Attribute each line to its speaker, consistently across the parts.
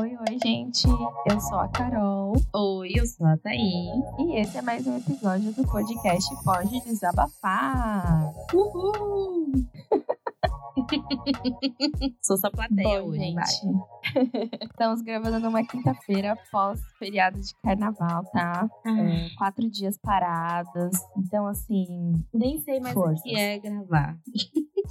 Speaker 1: Oi, oi, gente. Eu sou a Carol.
Speaker 2: Oi, eu sou a Thaís.
Speaker 1: E esse é mais um episódio do podcast Pode Desabafar.
Speaker 2: Uhul! sou sua plateia
Speaker 1: Bom,
Speaker 2: hoje, vai.
Speaker 1: gente. Estamos gravando numa quinta-feira após feriado de carnaval, tá?
Speaker 2: Ah,
Speaker 1: É, quatro dias paradas. Então, assim,
Speaker 2: Nem sei mais
Speaker 1: Forças.
Speaker 2: o que é gravar.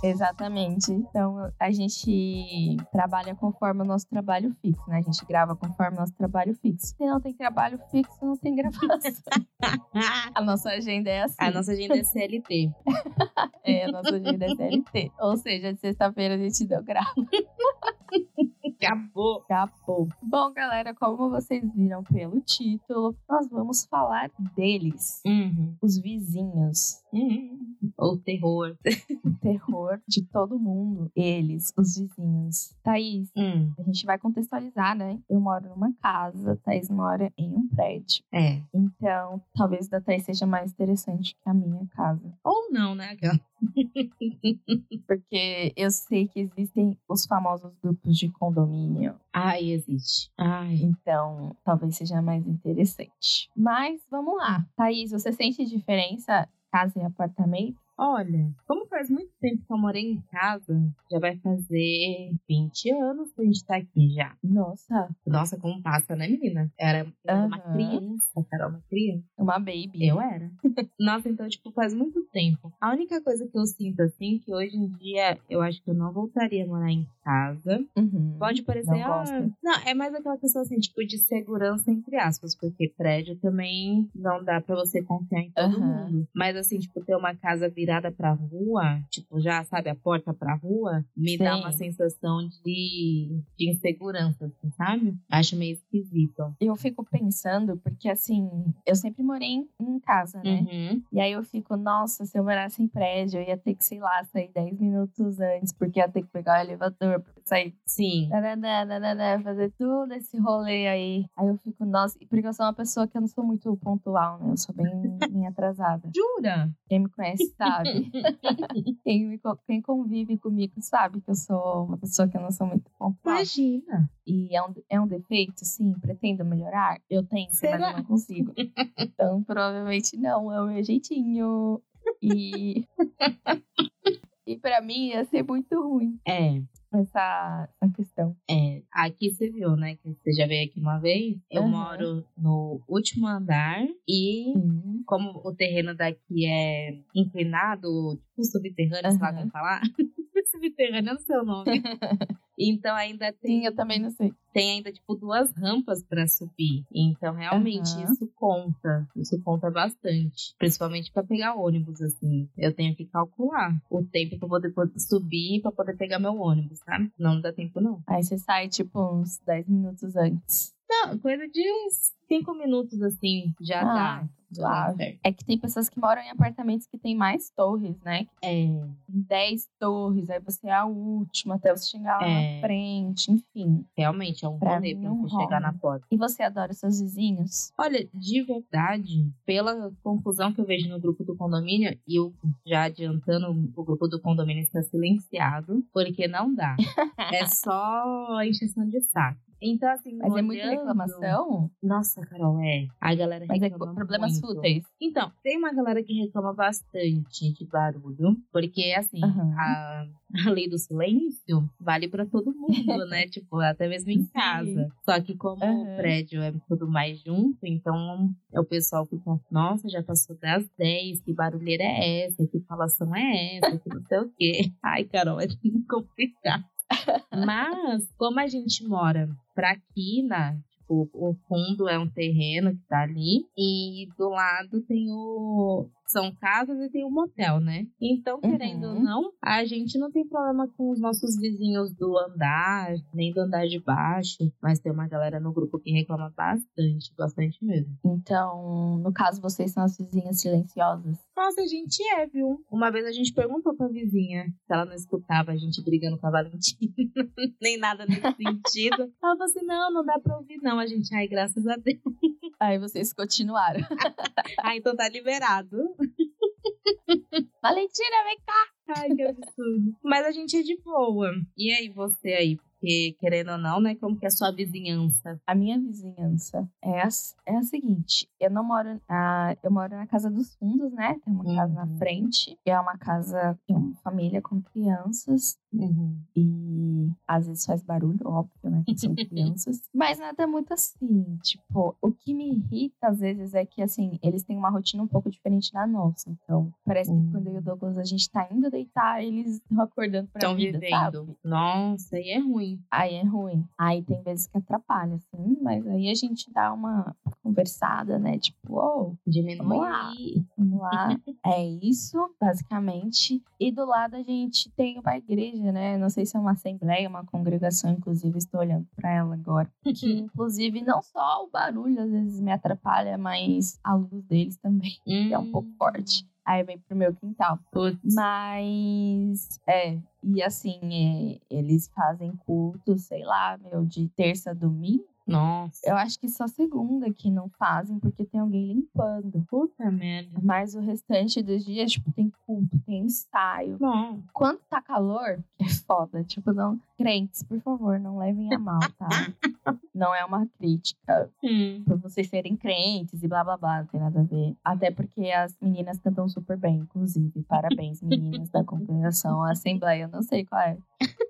Speaker 1: exatamente. Então, a gente trabalha conforme o nosso trabalho fixo, né? A gente grava conforme o nosso trabalho fixo. Se não tem trabalho fixo, não tem gravação.
Speaker 2: Ah,
Speaker 1: a nossa agenda é assim.
Speaker 2: A nossa agenda é CLT.
Speaker 1: É, a nossa agenda é CLT. Ou seja, de sexta-feira a gente não grava.
Speaker 2: Acabou.
Speaker 1: Acabou. Bom, galera, como vocês viram pelo título, nós vamos falar deles.
Speaker 2: Uhum.
Speaker 1: Os vizinhos.
Speaker 2: Uhum. Ou terror.
Speaker 1: O terror de todo mundo. Eles, os vizinhos. Thaís,
Speaker 2: Hum.
Speaker 1: a gente vai contextualizar, né? Eu moro numa casa, Thaís mora em um prédio.
Speaker 2: É.
Speaker 1: Então, talvez da Thaís seja mais interessante que a minha casa.
Speaker 2: Ou não, né, Gal?
Speaker 1: Porque eu sei que existem os famosos grupos de condomínio.
Speaker 2: Ai, existe. Ai.
Speaker 1: Então, talvez seja mais interessante. Mas vamos lá. Thaís, você sente diferença casa e apartamento?
Speaker 2: Olha, como faz muito tempo que eu morei em casa, já vai fazer 20 anos que a gente tá aqui já.
Speaker 1: Nossa,
Speaker 2: Nossa, como passa, né, menina? Eu era, eu era uma
Speaker 1: Aham.
Speaker 2: criança, Carol, uma criança.
Speaker 1: uma baby.
Speaker 2: Eu era. Nossa, então, tipo, faz muito tempo. A única coisa que eu sinto, assim, que hoje em dia eu acho que eu não voltaria a morar em casa.
Speaker 1: Uhum.
Speaker 2: Pode parecer.
Speaker 1: Não
Speaker 2: ah,
Speaker 1: gosta.
Speaker 2: não, é mais aquela questão, assim, tipo, de segurança, entre aspas, porque prédio também não dá pra você confiar em todo
Speaker 1: Aham.
Speaker 2: mundo. Mas, assim, tipo, ter uma casa virada pra rua, tipo, já sabe, a porta pra rua, me dá
Speaker 1: Sim.
Speaker 2: uma sensação de, de insegurança, assim, sabe? Acho meio esquisito.
Speaker 1: Eu fico pensando, porque assim, eu sempre morei em, em casa, né?
Speaker 2: Uhum.
Speaker 1: E aí eu fico, nossa, se eu morasse em prédio, eu ia ter que, sei lá, sair 10 minutos antes, porque ia ter que pegar o elevador pra sair
Speaker 2: Sim.
Speaker 1: Taraná, nananá, fazer todo esse rolê aí. Aí eu fico, nossa, e porque eu sou uma pessoa que eu não sou muito pontual, né? Eu sou bem, bem atrasada.
Speaker 2: Jura?
Speaker 1: Quem me conhece sabe. quem, me co- quem convive comigo sabe que eu sou uma pessoa que eu não sou muito pontual.
Speaker 2: Imagina.
Speaker 1: E é um, é um defeito, sim, pretendo melhorar. Eu tento, mas
Speaker 2: Será?
Speaker 1: eu não consigo. Então, provavelmente não, é o meu jeitinho. E. e pra mim ia ser muito ruim
Speaker 2: É,
Speaker 1: essa, essa questão.
Speaker 2: é. Aqui você viu, né? Que você já veio aqui uma vez. Eu
Speaker 1: Aham.
Speaker 2: moro no último andar e
Speaker 1: Sim.
Speaker 2: como o terreno daqui é inclinado, tipo subterrâneo, sei lá
Speaker 1: Aham.
Speaker 2: como falar. subterrâneo é o seu nome. Então ainda tem,
Speaker 1: Sim, eu também não sei.
Speaker 2: tem ainda tipo duas rampas pra subir. Então realmente
Speaker 1: Aham.
Speaker 2: isso conta, isso conta bastante, principalmente pra pegar ônibus assim. Eu tenho que calcular o tempo que eu vou depois subir pra poder pegar meu ônibus, sabe? Não dá tempo não.
Speaker 1: Aí você sai, tipo, uns 10 minutos antes.
Speaker 2: Não, coisa de uns 5 minutos assim, já
Speaker 1: Ah,
Speaker 2: dá.
Speaker 1: suave.
Speaker 2: Certo.
Speaker 1: É que tem pessoas que moram em apartamentos que tem mais torres, né? Que
Speaker 2: É,
Speaker 1: Tem 10 torres, aí você é a última até você chegar lá na
Speaker 2: É.
Speaker 1: frente, enfim.
Speaker 2: realmente é um
Speaker 1: Pra
Speaker 2: rolê
Speaker 1: mim
Speaker 2: pra
Speaker 1: não
Speaker 2: você chegar
Speaker 1: rola.
Speaker 2: na porta.
Speaker 1: E você adora os seus vizinhos?
Speaker 2: Olha, de verdade, pela confusão que eu vejo no grupo do condomínio, e eu já adiantando, o grupo do condomínio está silenciado, porque não dá. é só encheção de saco. Então, assim,
Speaker 1: Mas é muita
Speaker 2: olhando-
Speaker 1: reclamação?
Speaker 2: Nossa, Carol, é. A galera
Speaker 1: Mas é
Speaker 2: reclama
Speaker 1: problemas
Speaker 2: muito.
Speaker 1: fúteis.
Speaker 2: Então, tem uma galera que reclama bastante de barulho, porque assim,
Speaker 1: Aham.
Speaker 2: a, a lei do silêncio vale pra todo mundo, né? tipo, até mesmo em
Speaker 1: Sim.
Speaker 2: casa. Só que como
Speaker 1: Aham.
Speaker 2: o prédio é tudo mais junto, então o pessoal fica, nossa, já passou das 10, que barulheira é essa, que falação é essa, que não sei o quê. Ai, Carol, é complicado. Mas, como a gente mora pra quina, tipo, o fundo é um terreno que tá ali, e do lado tem o. São casas e tem o motel, né? Então,
Speaker 1: Uhum.
Speaker 2: querendo ou não, a gente não tem problema com os nossos vizinhos do andar, nem do andar de baixo, mas tem uma galera no grupo que reclama bastante, bastante mesmo.
Speaker 1: Então, no caso, vocês são as vizinhas silenciosas.
Speaker 2: Nossa, a gente é, viu? Uma vez a gente perguntou pra vizinha se ela não escutava a gente brigando com a Valentina, nem nada nesse sentido. Ela falou assim: não, não dá pra ouvir, não. A gente, ai, graças a Deus.
Speaker 1: Aí vocês continuaram.
Speaker 2: Ah, então tá liberado.
Speaker 1: Valentina, vem cá!
Speaker 2: Ai, que absurdo. Mas a gente é de boa. E aí, você aí? Porque, querendo ou não, né? Como que é a sua vizinhança?
Speaker 1: A minha vizinhança é a, é a seguinte: eu não moro. Na, eu moro na casa dos fundos, né? Tem uma
Speaker 2: Uhum.
Speaker 1: casa na frente. E é uma casa que é uma família com crianças. E às vezes faz barulho, óbvio, né? que São crianças. Mas nada muito assim. Tipo, o que me irrita às vezes é que, assim, eles têm uma rotina um pouco diferente da nossa. Então, parece
Speaker 2: Hum.
Speaker 1: que quando eu e o Douglas a gente tá indo deitar, eles estão acordando pra
Speaker 2: Estão
Speaker 1: vida, sabe?
Speaker 2: vivendo. Nossa, aí é ruim.
Speaker 1: Aí é ruim. Aí tem vezes que atrapalha, assim, mas aí a gente dá uma conversada, né? Tipo, ô, Vamos lá.
Speaker 2: Diminui.
Speaker 1: vamos lá. é isso, basicamente. E do lado a gente tem uma igreja, né? Não sei se é uma assembleia, uma congregação, inclusive, estou olhando pra ela agora. Que, inclusive, não só o barulho às vezes me atrapalha, mas a luz deles também, que é um pouco forte. Aí vem pro meu quintal.
Speaker 2: Hum, Putz.
Speaker 1: Mas, é, e assim, é, eles fazem culto, sei lá, meu, de terça a domingo.
Speaker 2: Nossa.
Speaker 1: Eu acho que só segunda que não fazem, porque tem alguém limpando.
Speaker 2: Puta merda.
Speaker 1: Mas o restante dos dias, tipo, tem culto, tem ensaio.
Speaker 2: Não.
Speaker 1: Quando tá calor, que é foda. Tipo, não. Crentes, por favor, não levem a mal, tá? Não é uma crítica
Speaker 2: Hum.
Speaker 1: por vocês serem crentes e blá blá blá, não tem nada a ver. Até porque as meninas cantam super bem, inclusive. Parabéns, meninas da congregação, a assembleia, eu não sei qual é.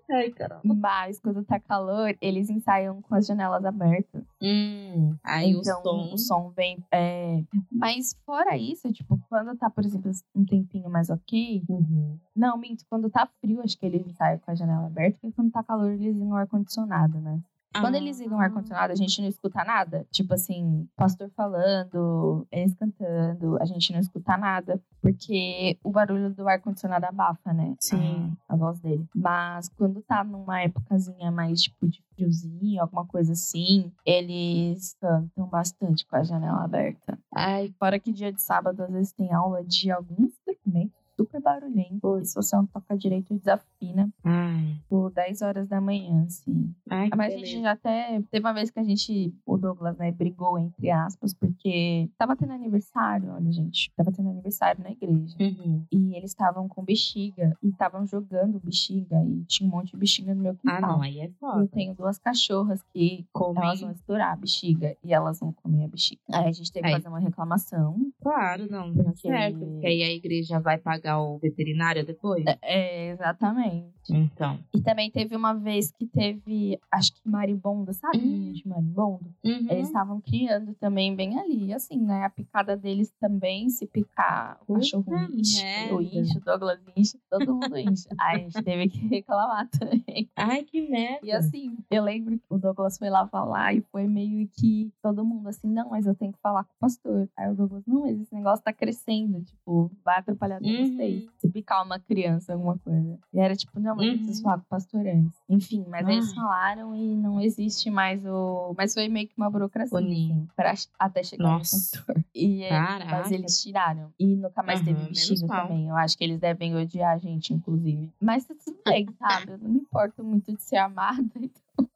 Speaker 2: Ai, Carol.
Speaker 1: Mas quando tá calor, eles ensaiam com as janelas abertas.
Speaker 2: Hum. Aí
Speaker 1: então
Speaker 2: o som.
Speaker 1: vem. É... Mas fora isso, tipo, quando tá, por exemplo, um tempinho mais ok.
Speaker 2: Uhum.
Speaker 1: Não, minto, quando tá frio, acho que eles ensaiam com a janela aberta, porque quando tá calor, eles ligam o ar-condicionado, né? Quando eles
Speaker 2: Ah.
Speaker 1: ligam o ar-condicionado, a gente não escuta nada. Tipo assim, pastor falando, eles cantando, a gente não escuta nada. Porque o barulho do ar-condicionado abafa, né?
Speaker 2: Sim.
Speaker 1: A, a voz dele. Mas quando tá numa épocazinha mais, tipo, de friozinho, alguma coisa assim, eles cantam bastante com a janela aberta.
Speaker 2: Ai,
Speaker 1: Fora que dia de sábado, às vezes, tem aula de alguns instrumentos super barulhentos. E se você não toca direito, desafina
Speaker 2: ai.
Speaker 1: por 10 horas da manhã, assim.
Speaker 2: Ai, que
Speaker 1: Mas a
Speaker 2: beleza.
Speaker 1: gente já até. Teve uma vez que a gente, o Douglas, né, brigou, entre aspas, porque tava tendo aniversário, olha, gente. Tava tendo aniversário na igreja.
Speaker 2: Uhum.
Speaker 1: E eles estavam com bexiga. E estavam jogando bexiga. E tinha um monte de bexiga no meu
Speaker 2: Ah,
Speaker 1: quintal.
Speaker 2: não, aí é
Speaker 1: E Eu
Speaker 2: foda. Então, assim,
Speaker 1: tenho duas cachorras que elas vão
Speaker 2: Comem.
Speaker 1: estourar a bexiga e elas vão comer a bexiga. Aí a gente teve que
Speaker 2: Aí.
Speaker 1: fazer uma reclamação.
Speaker 2: Claro, não, tá
Speaker 1: Porque-
Speaker 2: certo. Porque aí a igreja vai pagar o veterinário depois?
Speaker 1: É, exatamente.
Speaker 2: Então.
Speaker 1: E também teve uma vez que teve, acho que marimbondo, sabe?
Speaker 2: Hum.
Speaker 1: menino De marimbondo.
Speaker 2: Uhum.
Speaker 1: Eles estavam criando também bem ali, assim, né? A picada deles também, se picar o
Speaker 2: Puta
Speaker 1: cachorro inche, eu
Speaker 2: merda.
Speaker 1: inche, o Douglas inche, todo mundo inche. Aí a gente teve que reclamar também.
Speaker 2: Ai, que merda.
Speaker 1: E assim, eu lembro que o Douglas foi lá falar e foi meio que todo mundo assim, não, mas eu tenho que falar com o pastor. Aí o Douglas, não, mas esse negócio tá crescendo, tipo, vai atrapalhar de
Speaker 2: Uhum.
Speaker 1: vocês. Se picar uma criança, alguma coisa. E era tipo, não, mas eu
Speaker 2: Uhum. Ah.
Speaker 1: preciso falar com o pastor antes. Enfim, mas aí eles
Speaker 2: Ai.
Speaker 1: falaram e não existe mais o. Mas foi meio que uma burocracia,
Speaker 2: O ninho.
Speaker 1: assim, pra até chegar
Speaker 2: Nossa.
Speaker 1: no pastor. E é,
Speaker 2: Caraca.
Speaker 1: mas eles tiraram. E nunca mais
Speaker 2: Aham,
Speaker 1: teve
Speaker 2: menos
Speaker 1: bexiga
Speaker 2: mal.
Speaker 1: também. Eu acho que eles devem odiar a gente, inclusive. Mas tá tudo bem, sabe? Eu não me importo muito de ser amada, então.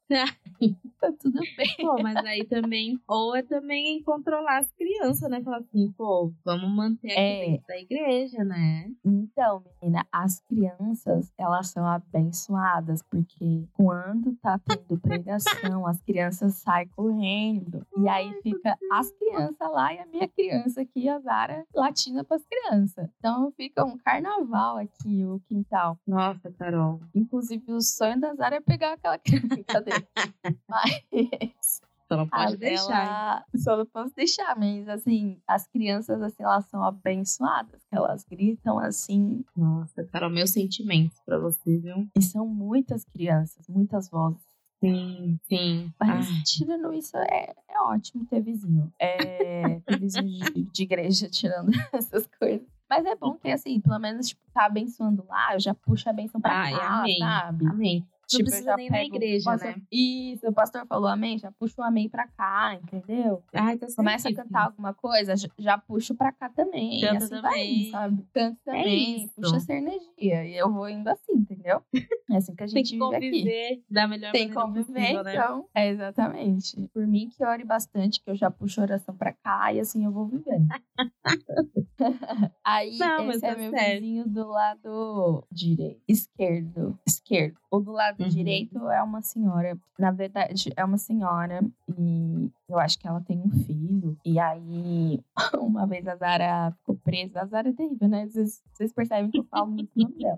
Speaker 1: tá tudo bem.
Speaker 2: Pô, mas aí também, ou é também controlar as crianças, né? Falar assim, pô, vamos manter aqui
Speaker 1: É.
Speaker 2: dentro da igreja, né?
Speaker 1: Então, menina, as crianças, elas são abençoadas, porque quando tá tendo pregação, as crianças saem correndo. E aí fica as crianças lá e a minha criança aqui, a Zara, latina pras crianças. Então fica um carnaval aqui, o quintal.
Speaker 2: Nossa, Carol.
Speaker 1: Inclusive, o sonho da Zara é pegar aquela brincadeira. Mas
Speaker 2: Só não pode
Speaker 1: a
Speaker 2: Ah, deixar.
Speaker 1: dela- Só não posso deixar, mas assim, as crianças, assim, elas são abençoadas. que Elas gritam assim.
Speaker 2: Nossa, Carol, meus sentimentos pra você, viu?
Speaker 1: E são muitas crianças, muitas vozes.
Speaker 2: Sim, sim.
Speaker 1: Mas
Speaker 2: Ai,
Speaker 1: tirando isso, é, é ótimo ter vizinho. É, ter vizinho de, de igreja tirando essas coisas. Mas é bom que, assim, pelo menos, tipo, tá abençoando lá, eu já puxo a benção pra
Speaker 2: Ai,
Speaker 1: cá,
Speaker 2: amém.
Speaker 1: sabe?
Speaker 2: amém.
Speaker 1: tipo, eu
Speaker 2: precisa
Speaker 1: já
Speaker 2: nem
Speaker 1: pego
Speaker 2: na
Speaker 1: o
Speaker 2: igreja,
Speaker 1: pastor-
Speaker 2: né?
Speaker 1: Isso, o pastor falou amém, já puxa o amém pra cá, entendeu?
Speaker 2: Ai, tá
Speaker 1: Começa a
Speaker 2: certíssimo.
Speaker 1: cantar alguma coisa, j- já puxo pra cá também.
Speaker 2: Canta
Speaker 1: e assim
Speaker 2: também.
Speaker 1: vai,
Speaker 2: É
Speaker 1: sabe? Canta também,
Speaker 2: isso.
Speaker 1: puxa essa energia. E eu vou indo assim, entendeu? É assim que a
Speaker 2: Tem
Speaker 1: gente
Speaker 2: que
Speaker 1: vive aqui.
Speaker 2: conviver da melhor
Speaker 1: Tem que
Speaker 2: maneira
Speaker 1: conviver,
Speaker 2: possível, né?
Speaker 1: então. É, exatamente. Por mim, que ore bastante, que eu já puxo a oração pra cá e assim eu vou vivendo. Aí,
Speaker 2: Não, mas
Speaker 1: esse é
Speaker 2: tá
Speaker 1: meu
Speaker 2: certo.
Speaker 1: vizinho do lado direito. Esquerdo. Esquerdo. O do lado
Speaker 2: Uhum.
Speaker 1: direito é uma senhora. Na verdade, é uma senhora. E eu acho que ela tem um filho. E aí, uma vez a Zara ficou presa. A Zara é terrível, né? Vocês, vocês percebem que eu falo muito o nome dela.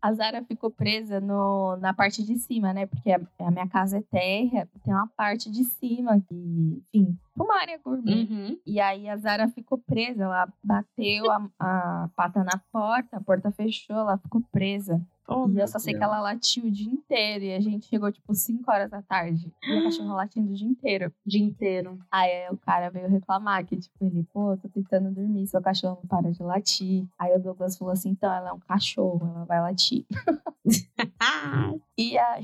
Speaker 1: A Zara ficou presa no, na parte de cima, né? Porque a, a minha casa é terra, tem uma parte de cima que, enfim, uma área gourmet.
Speaker 2: Uhum.
Speaker 1: E aí a Zara ficou presa, ela bateu a, a pata na porta, a porta fechou, ela ficou presa.
Speaker 2: Oh,
Speaker 1: e
Speaker 2: meu
Speaker 1: eu só sei
Speaker 2: Deus.
Speaker 1: que ela latiu o dia inteiro. E a gente chegou, tipo, 5 horas da tarde. E a cachorra latindo o dia inteiro.
Speaker 2: O dia inteiro.
Speaker 1: Aí o cara veio reclamar que, tipo, ele, pô, tô tentando dormir, seu cachorro não para de latir. Aí o Douglas falou assim: então, ela é um cachorro, ela vai latir.
Speaker 2: Ah,
Speaker 1: E aí.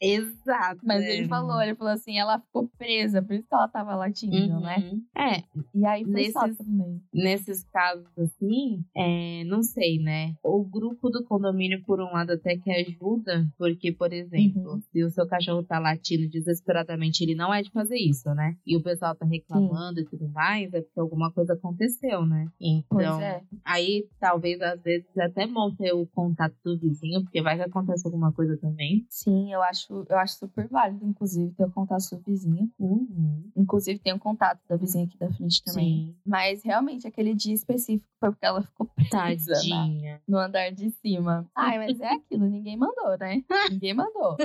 Speaker 2: exato.
Speaker 1: Mas
Speaker 2: né?
Speaker 1: ele falou, ele falou assim, ela ficou presa, por isso que ela tava latindo,
Speaker 2: Uhum.
Speaker 1: né?
Speaker 2: É,
Speaker 1: E aí foi só
Speaker 2: Nesses-
Speaker 1: também.
Speaker 2: nesses casos assim, é, não sei, né? O grupo do condomínio, por um lado, até que ajuda, porque, por exemplo,
Speaker 1: Uhum.
Speaker 2: se o seu cachorro tá latindo desesperadamente, ele não é de fazer isso, né? E o pessoal tá reclamando e tudo mais, é porque alguma coisa aconteceu, né?
Speaker 1: Pois
Speaker 2: Então,
Speaker 1: é.
Speaker 2: aí talvez às vezes é até bom ter o contato do vizinho, porque vai que acontece alguma coisa também.
Speaker 1: Sim, eu acho, eu acho super válido, inclusive, ter o contato do vizinho.
Speaker 2: Uhum.
Speaker 1: Inclusive, tem o contato da vizinha aqui da frente também.
Speaker 2: Também.
Speaker 1: Mas realmente, aquele dia específico foi porque ela ficou presa né? na-
Speaker 2: Tadinha.
Speaker 1: no andar de cima. Ai, mas é aquilo, ninguém mandou, né? Ninguém mandou.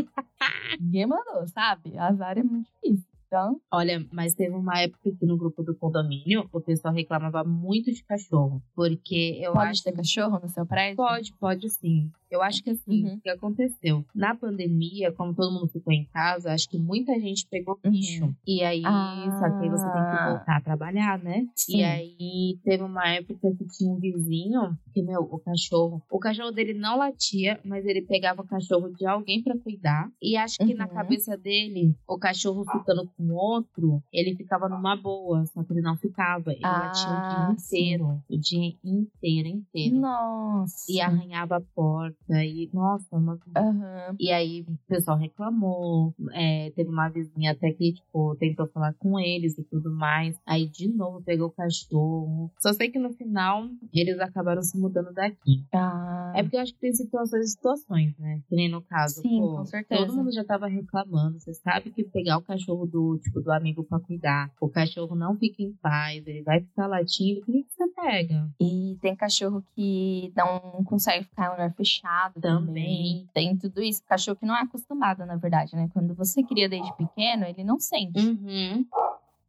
Speaker 1: ninguém mandou, sabe? Azar é muito difícil. Então,
Speaker 2: Olha, mas teve uma época que no grupo do condomínio o pessoal reclamava muito de cachorro. Porque eu
Speaker 1: pode
Speaker 2: acho.
Speaker 1: ter cachorro no seu prédio?
Speaker 2: Pode, pode sim. Eu acho que assim,
Speaker 1: Uhum.
Speaker 2: o que aconteceu? Na pandemia, como todo mundo ficou em casa, acho que muita gente pegou
Speaker 1: Uhum.
Speaker 2: bicho. E aí, só que aí você tem que
Speaker 1: Ah.
Speaker 2: voltar a trabalhar, né?
Speaker 1: Sim.
Speaker 2: E aí teve uma época que tinha um vizinho que, meu, o cachorro. O cachorro dele não latia, mas ele pegava o cachorro de alguém pra cuidar. E acho que na
Speaker 1: Uhum.
Speaker 2: cabeça dele, o cachorro ficando com outro, ele ficava numa boa. Só que ele não ficava. Ele latia
Speaker 1: Ah,
Speaker 2: o dia inteiro. O dia inteiro, inteiro.
Speaker 1: Nossa.
Speaker 2: E arranhava a porta. E, nossa, uma
Speaker 1: Aham.
Speaker 2: e aí o pessoal reclamou, é, teve uma vizinha até que, tipo, tentou falar com eles e tudo mais. Aí de novo pegou o cachorro. Só sei que no final eles acabaram se mudando daqui.
Speaker 1: Ah,
Speaker 2: É porque eu acho que tem situações e situações, né? Que nem no caso,
Speaker 1: Sim,
Speaker 2: pô,
Speaker 1: com certeza.
Speaker 2: todo mundo já tava reclamando. Você sabe que pegar o cachorro do, tipo, do amigo pra cuidar, o cachorro não fica em paz, ele vai ficar latindo, por que que você pega?
Speaker 1: E tem cachorro que não consegue ficar em lugar fechado também.
Speaker 2: Também.
Speaker 1: Tem tudo isso. Cachorro que não é acostumado, na verdade, né? Quando você cria desde pequeno, ele não sente.
Speaker 2: Uhum.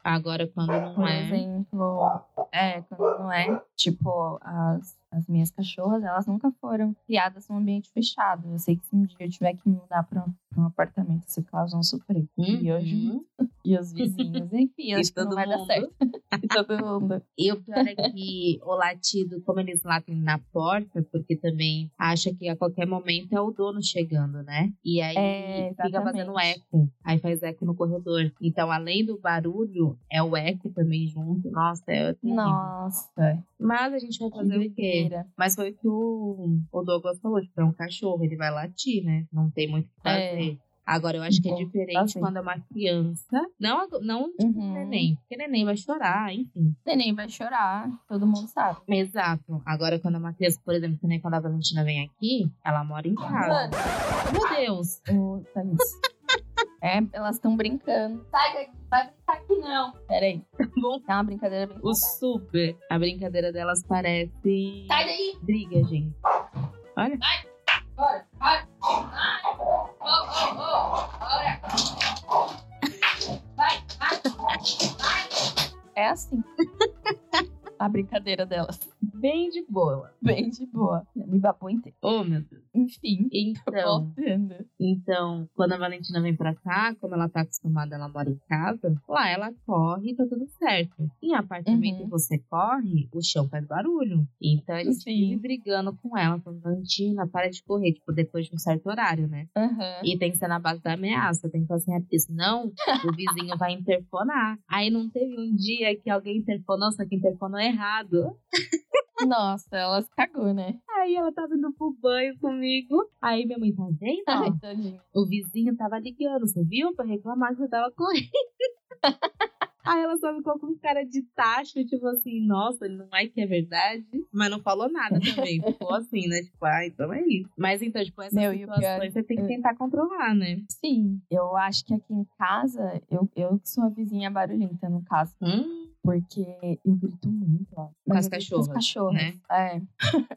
Speaker 2: Agora quando não
Speaker 1: Por
Speaker 2: é.
Speaker 1: exemplo, é, quando não é, tipo, as, as minhas cachorras, elas nunca foram criadas num ambiente fechado. Eu sei que se um dia eu tiver que me mudar pra um, pra um apartamento, eu sei que elas vão sofrer. E hoje,
Speaker 2: Uhum.
Speaker 1: e os vizinhos, enfim, acho que não vai dar certo. E todo mundo.
Speaker 2: E o pior é que o latido, como eles latem na porta, porque também acha que a qualquer momento é o dono chegando, né? E aí
Speaker 1: É,
Speaker 2: fica fazendo
Speaker 1: exatamente.
Speaker 2: eco. Aí faz eco no corredor. Então, além do barulho, é o eco também junto. Nossa, é terrível.
Speaker 1: Nossa,
Speaker 2: Mas a gente vai
Speaker 1: que
Speaker 2: fazer o quê?
Speaker 1: doideira.
Speaker 2: Mas foi o que o, o Douglas falou, tipo, é um cachorro, ele vai latir, né? Não tem muito o que
Speaker 1: É.
Speaker 2: fazer. Agora, eu acho que é
Speaker 1: Bom, tá
Speaker 2: diferente
Speaker 1: fazer.
Speaker 2: quando é uma criança. Não, ag- não tipo,
Speaker 1: Uhum.
Speaker 2: neném, porque neném vai chorar, enfim.
Speaker 1: Neném vai chorar, todo mundo sabe. Uhum.
Speaker 2: Exato. Agora, quando é uma criança, por exemplo, que nem quando a Valentina vem aqui, ela mora em casa.
Speaker 1: Mano,
Speaker 2: Meu Deus!
Speaker 1: ô, Thaís. É, elas estão brincando. Sai daqui, vai brincar aqui não. Peraí.
Speaker 2: bom.
Speaker 1: É uma brincadeira bem
Speaker 2: O super. A brincadeira delas parece.
Speaker 1: Sai daí,
Speaker 2: Briga, gente.
Speaker 1: bora.
Speaker 2: Olha.
Speaker 1: Vai. Vai. Ô, ô, ô, bora. Vai, vai, vai. É assim. A brincadeira delas.
Speaker 2: Bem de boa.
Speaker 1: Bem de boa. Me babou inteiro.
Speaker 2: Oh, meu Deus.
Speaker 1: Enfim,
Speaker 2: Então.
Speaker 1: voltando.
Speaker 2: Então, quando a Valentina vem pra cá, como ela tá acostumada, ela mora em casa, lá ela corre e tá tudo certo. Em apartamento
Speaker 1: Uhum.
Speaker 2: que você corre, o chão faz barulho. Então a gente
Speaker 1: Sim.
Speaker 2: vive brigando com ela, falando, Valentina, para de correr, tipo, depois de um certo horário, né?
Speaker 1: Aham.
Speaker 2: E tem que ser na base da ameaça. Tem que falar assim, é porque senão o vizinho vai interfonar. Aí não teve um dia que alguém interfonou, só que interfonou errado.
Speaker 1: Nossa, ela se cagou, né?
Speaker 2: Aí ela tava indo pro banho comigo. Aí minha mãe tá vendo? ó?
Speaker 1: Ai, tadinha.
Speaker 2: O vizinho tava ligando, você viu? Pra reclamar que eu tava correndo. Aí ela só ficou com cara de tacho, tipo assim, nossa, ele não é que é verdade. Mas não falou nada também. Ficou assim, né? Tipo, ah, então é isso. Mas então, tipo, essas
Speaker 1: Meu, e o pior- é
Speaker 2: situações você tem que tentar controlar, né?
Speaker 1: Sim, eu acho que aqui em casa, eu, eu que sou a vizinha barulhenta, no caso.
Speaker 2: Hum?
Speaker 1: Porque eu grito muito, ó. Mas
Speaker 2: as
Speaker 1: eu grito Com as
Speaker 2: cachorras,
Speaker 1: cachorras.
Speaker 2: né?
Speaker 1: É.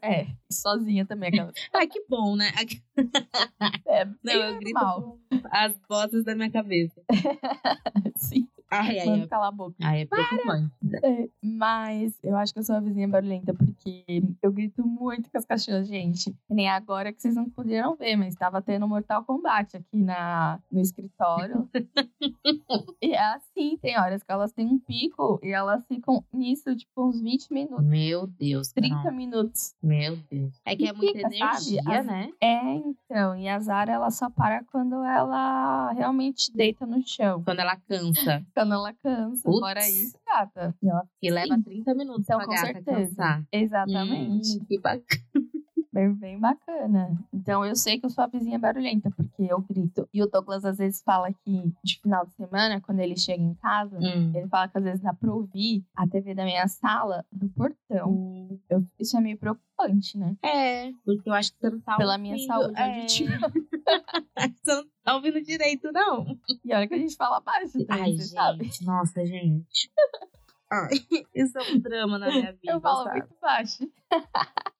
Speaker 1: é. E Sozinha também, aquela.
Speaker 2: Ai, que bom, né?
Speaker 1: É,
Speaker 2: Não, eu grito com as vozes da minha cabeça.
Speaker 1: grito. Sim.
Speaker 2: Ai, ai,
Speaker 1: Mano,
Speaker 2: ai.
Speaker 1: assim, cala a boca.
Speaker 2: Ai, é preocupante.
Speaker 1: É, Mas eu acho que eu sou a vizinha barulhenta, porque eu grito muito com as cachorras, gente. Que nem agora que vocês não puderam ver, mas tava tendo Mortal Kombat aqui na, no escritório. e é assim, tem horas que elas têm um pico e elas ficam nisso, tipo, uns 20 minutos,
Speaker 2: Meu Deus,
Speaker 1: 30
Speaker 2: Carol.
Speaker 1: minutos.
Speaker 2: Meu Deus. É que é
Speaker 1: E
Speaker 2: muita
Speaker 1: fica, sabe?
Speaker 2: energia,
Speaker 1: As-
Speaker 2: né?
Speaker 1: É, então. E a Zara, ela só para quando ela realmente deita no chão.
Speaker 2: Quando ela cansa.
Speaker 1: Quando ela cansa.
Speaker 2: Putz.
Speaker 1: Fora isso, gata. E ela-
Speaker 2: E leva 30 minutos
Speaker 1: Então,
Speaker 2: pra
Speaker 1: com
Speaker 2: gata
Speaker 1: certeza.
Speaker 2: cansar.
Speaker 1: Exatamente.
Speaker 2: Hum, que bacana.
Speaker 1: Bem, bem bacana. Então eu sei que eu sou a vizinha barulhenta, porque eu grito. E o Douglas às vezes fala que de final de semana, quando ele chega em casa,
Speaker 2: Hum.
Speaker 1: ele fala que às vezes dá pra ouvir a TV da minha sala do portão. Eu- isso é meio preocupante, né?
Speaker 2: É, porque eu acho que você não tá
Speaker 1: Pela
Speaker 2: ouvindo.
Speaker 1: minha saúde
Speaker 2: é.
Speaker 1: auditiva.
Speaker 2: Você não tá ouvindo direito, não.
Speaker 1: E olha que a gente fala baixo, também,
Speaker 2: Ai,
Speaker 1: você sabe?
Speaker 2: gente. Nossa, gente. Ai, isso é um drama na minha vida.
Speaker 1: Eu falo
Speaker 2: sabe?
Speaker 1: muito baixo.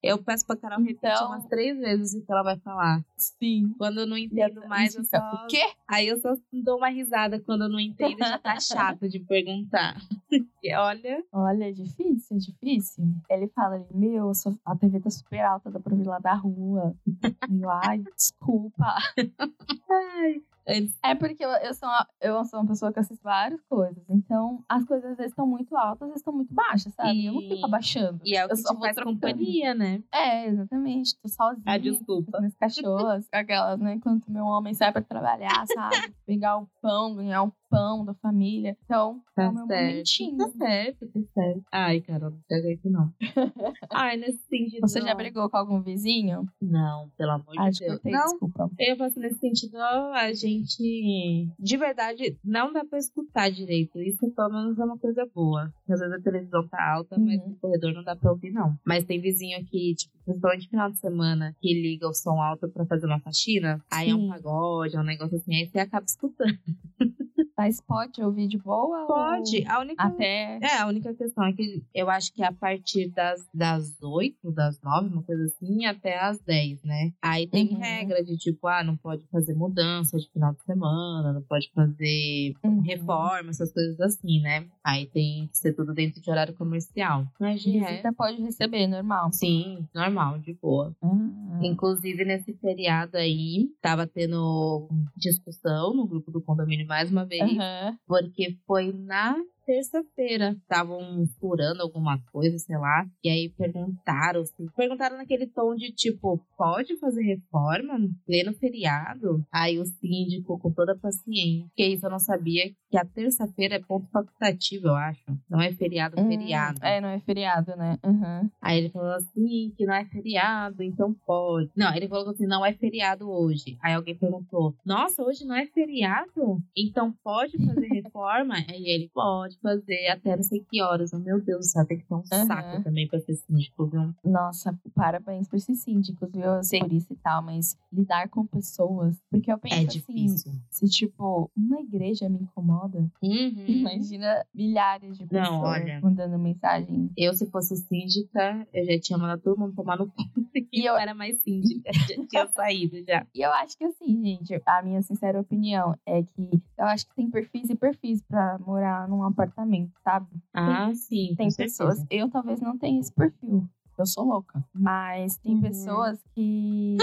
Speaker 2: Eu peço pra Carol repetir
Speaker 1: Então-
Speaker 2: umas três vezes o que ela vai falar.
Speaker 1: Sim.
Speaker 2: Quando eu não
Speaker 1: E a-
Speaker 2: entendo mais,
Speaker 1: é isso
Speaker 2: eu
Speaker 1: fica,
Speaker 2: só.
Speaker 1: O quê?
Speaker 2: Aí eu só dou uma risada quando eu não entendo e já tá chato de perguntar. Porque, olha.
Speaker 1: Olha, é difícil, é difícil. Ele fala ali, meu, a sua- a TV tá super alta, dá pra ouvir lá da rua. Aí eu, ai, desculpa.
Speaker 2: antes-
Speaker 1: É porque eu, eu sou uma, eu sou uma pessoa que assiste várias coisas. Então, as coisas às vezes estão muito altas, às vezes estão muito baixas, sabe? Eu não
Speaker 2: Sim.
Speaker 1: fico abaixando.
Speaker 2: E é o que
Speaker 1: Eu só
Speaker 2: te
Speaker 1: vou
Speaker 2: faz
Speaker 1: trocando.
Speaker 2: companhia, né?
Speaker 1: É, exatamente. Tô sozinha.
Speaker 2: Ah, desculpa.
Speaker 1: com As minhas cachorras, aquelas, né? Enquanto meu homem sai pra trabalhar, sabe? Pegar o pão, ganhar o pão da família. Então, é o meu
Speaker 2: Tá
Speaker 1: momentinho.
Speaker 2: certo, tá certo. Ai, Carol, não tem jeito não. Ai, nesse sentido.
Speaker 1: Você já
Speaker 2: não.
Speaker 1: brigou com algum vizinho?
Speaker 2: Não, pelo amor
Speaker 1: Ah,
Speaker 2: de Deus.
Speaker 1: desculpa,
Speaker 2: Não,
Speaker 1: desculpa.
Speaker 2: Eu falo assim, nesse sentido, a gente. De verdade, não dá pra escutar direito. Isso pelo menos é uma coisa boa. Às vezes a televisão tá alta, mas
Speaker 1: Uhum.
Speaker 2: no corredor não dá pra ouvir, não. Mas tem vizinho aqui, tipo, principalmente final de semana, que liga o som alto pra fazer uma faxina. Aí é um
Speaker 1: Sim.
Speaker 2: pagode, é um negócio assim, aí você acaba escutando.
Speaker 1: Mas pode ouvir de boa? ou-
Speaker 2: Pode, a única.
Speaker 1: Até.
Speaker 2: É, a única questão é que eu acho que a partir das, das 8, das 9, uma coisa assim, até as 10, né? Aí tem
Speaker 1: Uhum.
Speaker 2: regra de tipo, ah, não pode fazer mudança de final de semana, não pode fazer
Speaker 1: Uhum.
Speaker 2: reforma, essas coisas assim, né? Aí tem que ser tudo dentro de horário comercial. Mas de resto,
Speaker 1: Visita pode receber, normal.
Speaker 2: sim, normal, de boa.
Speaker 1: Ah.
Speaker 2: Inclusive, nesse feriado aí, tava tendo discussão no grupo do condomínio mais uma
Speaker 1: É
Speaker 2: vez.
Speaker 1: Aham.
Speaker 2: Porque foi na terça-feira. Estavam furando alguma coisa, sei lá. E aí perguntaram, assim, perguntaram naquele tom de tipo, pode fazer reforma no pleno feriado? Aí o síndico, com toda a paciência, que isso eu não sabia, que a terça-feira é ponto facultativo, eu acho. Não é feriado,
Speaker 1: Hum,
Speaker 2: feriado.
Speaker 1: É, não é feriado, né? Aham.
Speaker 2: Aí ele falou assim, que não é feriado, então pode. Não, ele falou assim, não é feriado hoje. Aí alguém perguntou, nossa, hoje não é feriado? Então pode fazer reforma? Aí ele, pode fazer até não sei que horas. Eu, meu Deus do céu, tem que ter um
Speaker 1: Aham.
Speaker 2: saco também pra ser síndico, viu?
Speaker 1: Nossa, parabéns pra esses síndicos, viu? Eu sei por isso e tal, mas lidar com pessoas. Porque eu penso
Speaker 2: É
Speaker 1: assim,
Speaker 2: difícil.
Speaker 1: se tipo, uma igreja me incomoda,
Speaker 2: Uhum.
Speaker 1: imagina milhares de pessoas
Speaker 2: Não, olha.
Speaker 1: mandando mensagem.
Speaker 2: Eu, se fosse síndica, eu já tinha mandado todo mundo tomar no cu.
Speaker 1: E
Speaker 2: E eu era mais síndica, já tinha saído já.
Speaker 1: E eu acho que assim, gente, a minha sincera opinião é que eu acho que tem perfis e perfis pra morar num apartamento, sabe?
Speaker 2: Ah, sim.
Speaker 1: Tem
Speaker 2: com certeza.
Speaker 1: pessoas. Eu talvez não tenha esse perfil. Eu sou louca. Mas tem
Speaker 2: Uhum.
Speaker 1: pessoas que.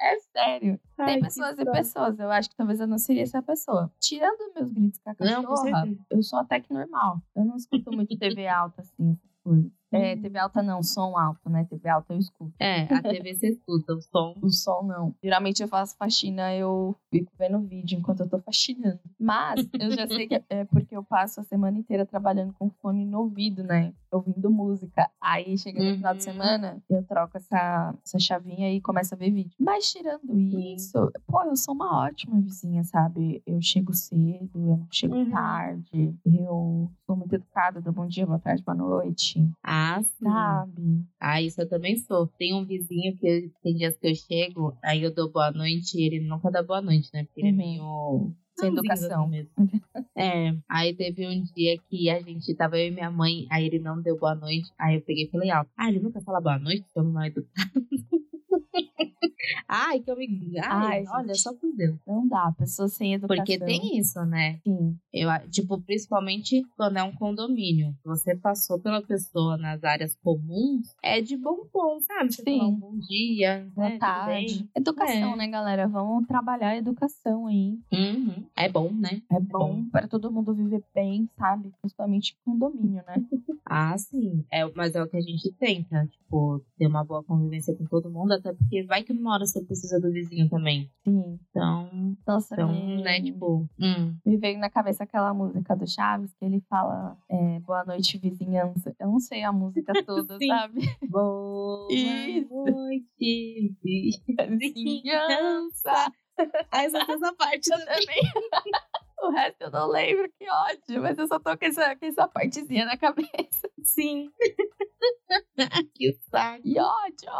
Speaker 1: é sério.
Speaker 2: Ai,
Speaker 1: Tem
Speaker 2: que
Speaker 1: pessoas e
Speaker 2: dó.
Speaker 1: pessoas. Eu acho que talvez eu não seria essa pessoa. Tirando meus gritos com a
Speaker 2: Não, com
Speaker 1: cachorra,
Speaker 2: certeza.
Speaker 1: eu sou até que normal. Eu não escuto muito TV alta, assim, essas coisas. É,
Speaker 2: Uhum.
Speaker 1: TV alta não, som alto, né? TV alta eu escuto.
Speaker 2: É, a TV você escuta o som.
Speaker 1: O som não. Geralmente eu faço faxina, eu fico vendo vídeo enquanto eu tô faxinando. Mas eu já sei que é porque eu passo a semana inteira trabalhando com fone no ouvido, né? Ouvindo música. Aí chega no
Speaker 2: Uhum.
Speaker 1: final de semana, eu troco essa, essa chavinha e começo a ver vídeo. Mas tirando isso, pô, eu sou uma ótima vizinha, sabe? Eu chego cedo, eu não chego
Speaker 2: Uhum.
Speaker 1: tarde. Eu sou muito educada, dou bom dia, boa tarde, boa noite.
Speaker 2: Ah,
Speaker 1: Tá.
Speaker 2: sim.
Speaker 1: Sabe?
Speaker 2: Ah, isso eu também sou. Tem um vizinho que eu- tem dias que eu chego, aí eu dou boa noite, ele nunca dá boa noite, né? Porque ele é
Speaker 1: Uhum.
Speaker 2: meio.
Speaker 1: Sem
Speaker 2: Não,
Speaker 1: educação.
Speaker 2: mesmo. É, aí teve um dia que a gente tava eu e minha mãe, aí ele não deu boa noite, aí eu peguei e falei alto. Ah, ele nunca fala boa noite, seu mal educado. Ai, que eu me.
Speaker 1: Ai,
Speaker 2: Ai, olha,
Speaker 1: gente.
Speaker 2: só por Deus.
Speaker 1: Não dá, pessoas sem educação.
Speaker 2: Porque tem isso, né?
Speaker 1: Sim.
Speaker 2: Eu, a- tipo, principalmente quando é um condomínio. Você passou pela pessoa nas áreas comuns, é de bom tom, sabe? Você
Speaker 1: Sim.
Speaker 2: fala um bom dia,
Speaker 1: Boa
Speaker 2: né, tudo
Speaker 1: tarde.
Speaker 2: bem?
Speaker 1: Educação,
Speaker 2: É.
Speaker 1: né, galera? Vamos trabalhar a educação aí.
Speaker 2: Uhum. É bom, né?
Speaker 1: É bom para todo mundo viver bem, sabe? Principalmente condomínio, né?
Speaker 2: Ah, sim. É, mas é o que a gente tenta, tipo, ter uma boa convivência com todo mundo, até porque vai que uma hora você precisa do vizinho também.
Speaker 1: Sim.
Speaker 2: Então,
Speaker 1: Nossa,
Speaker 2: então
Speaker 1: me,
Speaker 2: né, tipo, hum.
Speaker 1: me veio na cabeça aquela música do Chaves que ele fala é, Boa noite, vizinhança. Eu não sei a música toda,
Speaker 2: Sim.
Speaker 1: sabe?
Speaker 2: boa
Speaker 1: Isso.
Speaker 2: noite,
Speaker 1: Vizinhança.
Speaker 2: Aí Ah, só tem essa parte
Speaker 1: Eu também. o resto eu não lembro, que ódio. Mas eu só tô com essa, com essa partezinha na cabeça.
Speaker 2: Sim. que saco.
Speaker 1: Que ódio!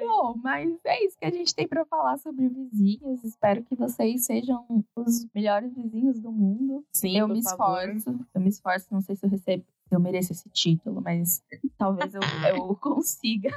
Speaker 1: Bom, mas é isso que a gente tem pra falar sobre vizinhos. Espero que vocês sejam os melhores vizinhos do mundo.
Speaker 2: Sim,
Speaker 1: eu
Speaker 2: por
Speaker 1: me
Speaker 2: favor.
Speaker 1: esforço, eu me esforço. Não sei se eu recebo, se eu mereço esse título, mas talvez eu, eu consiga.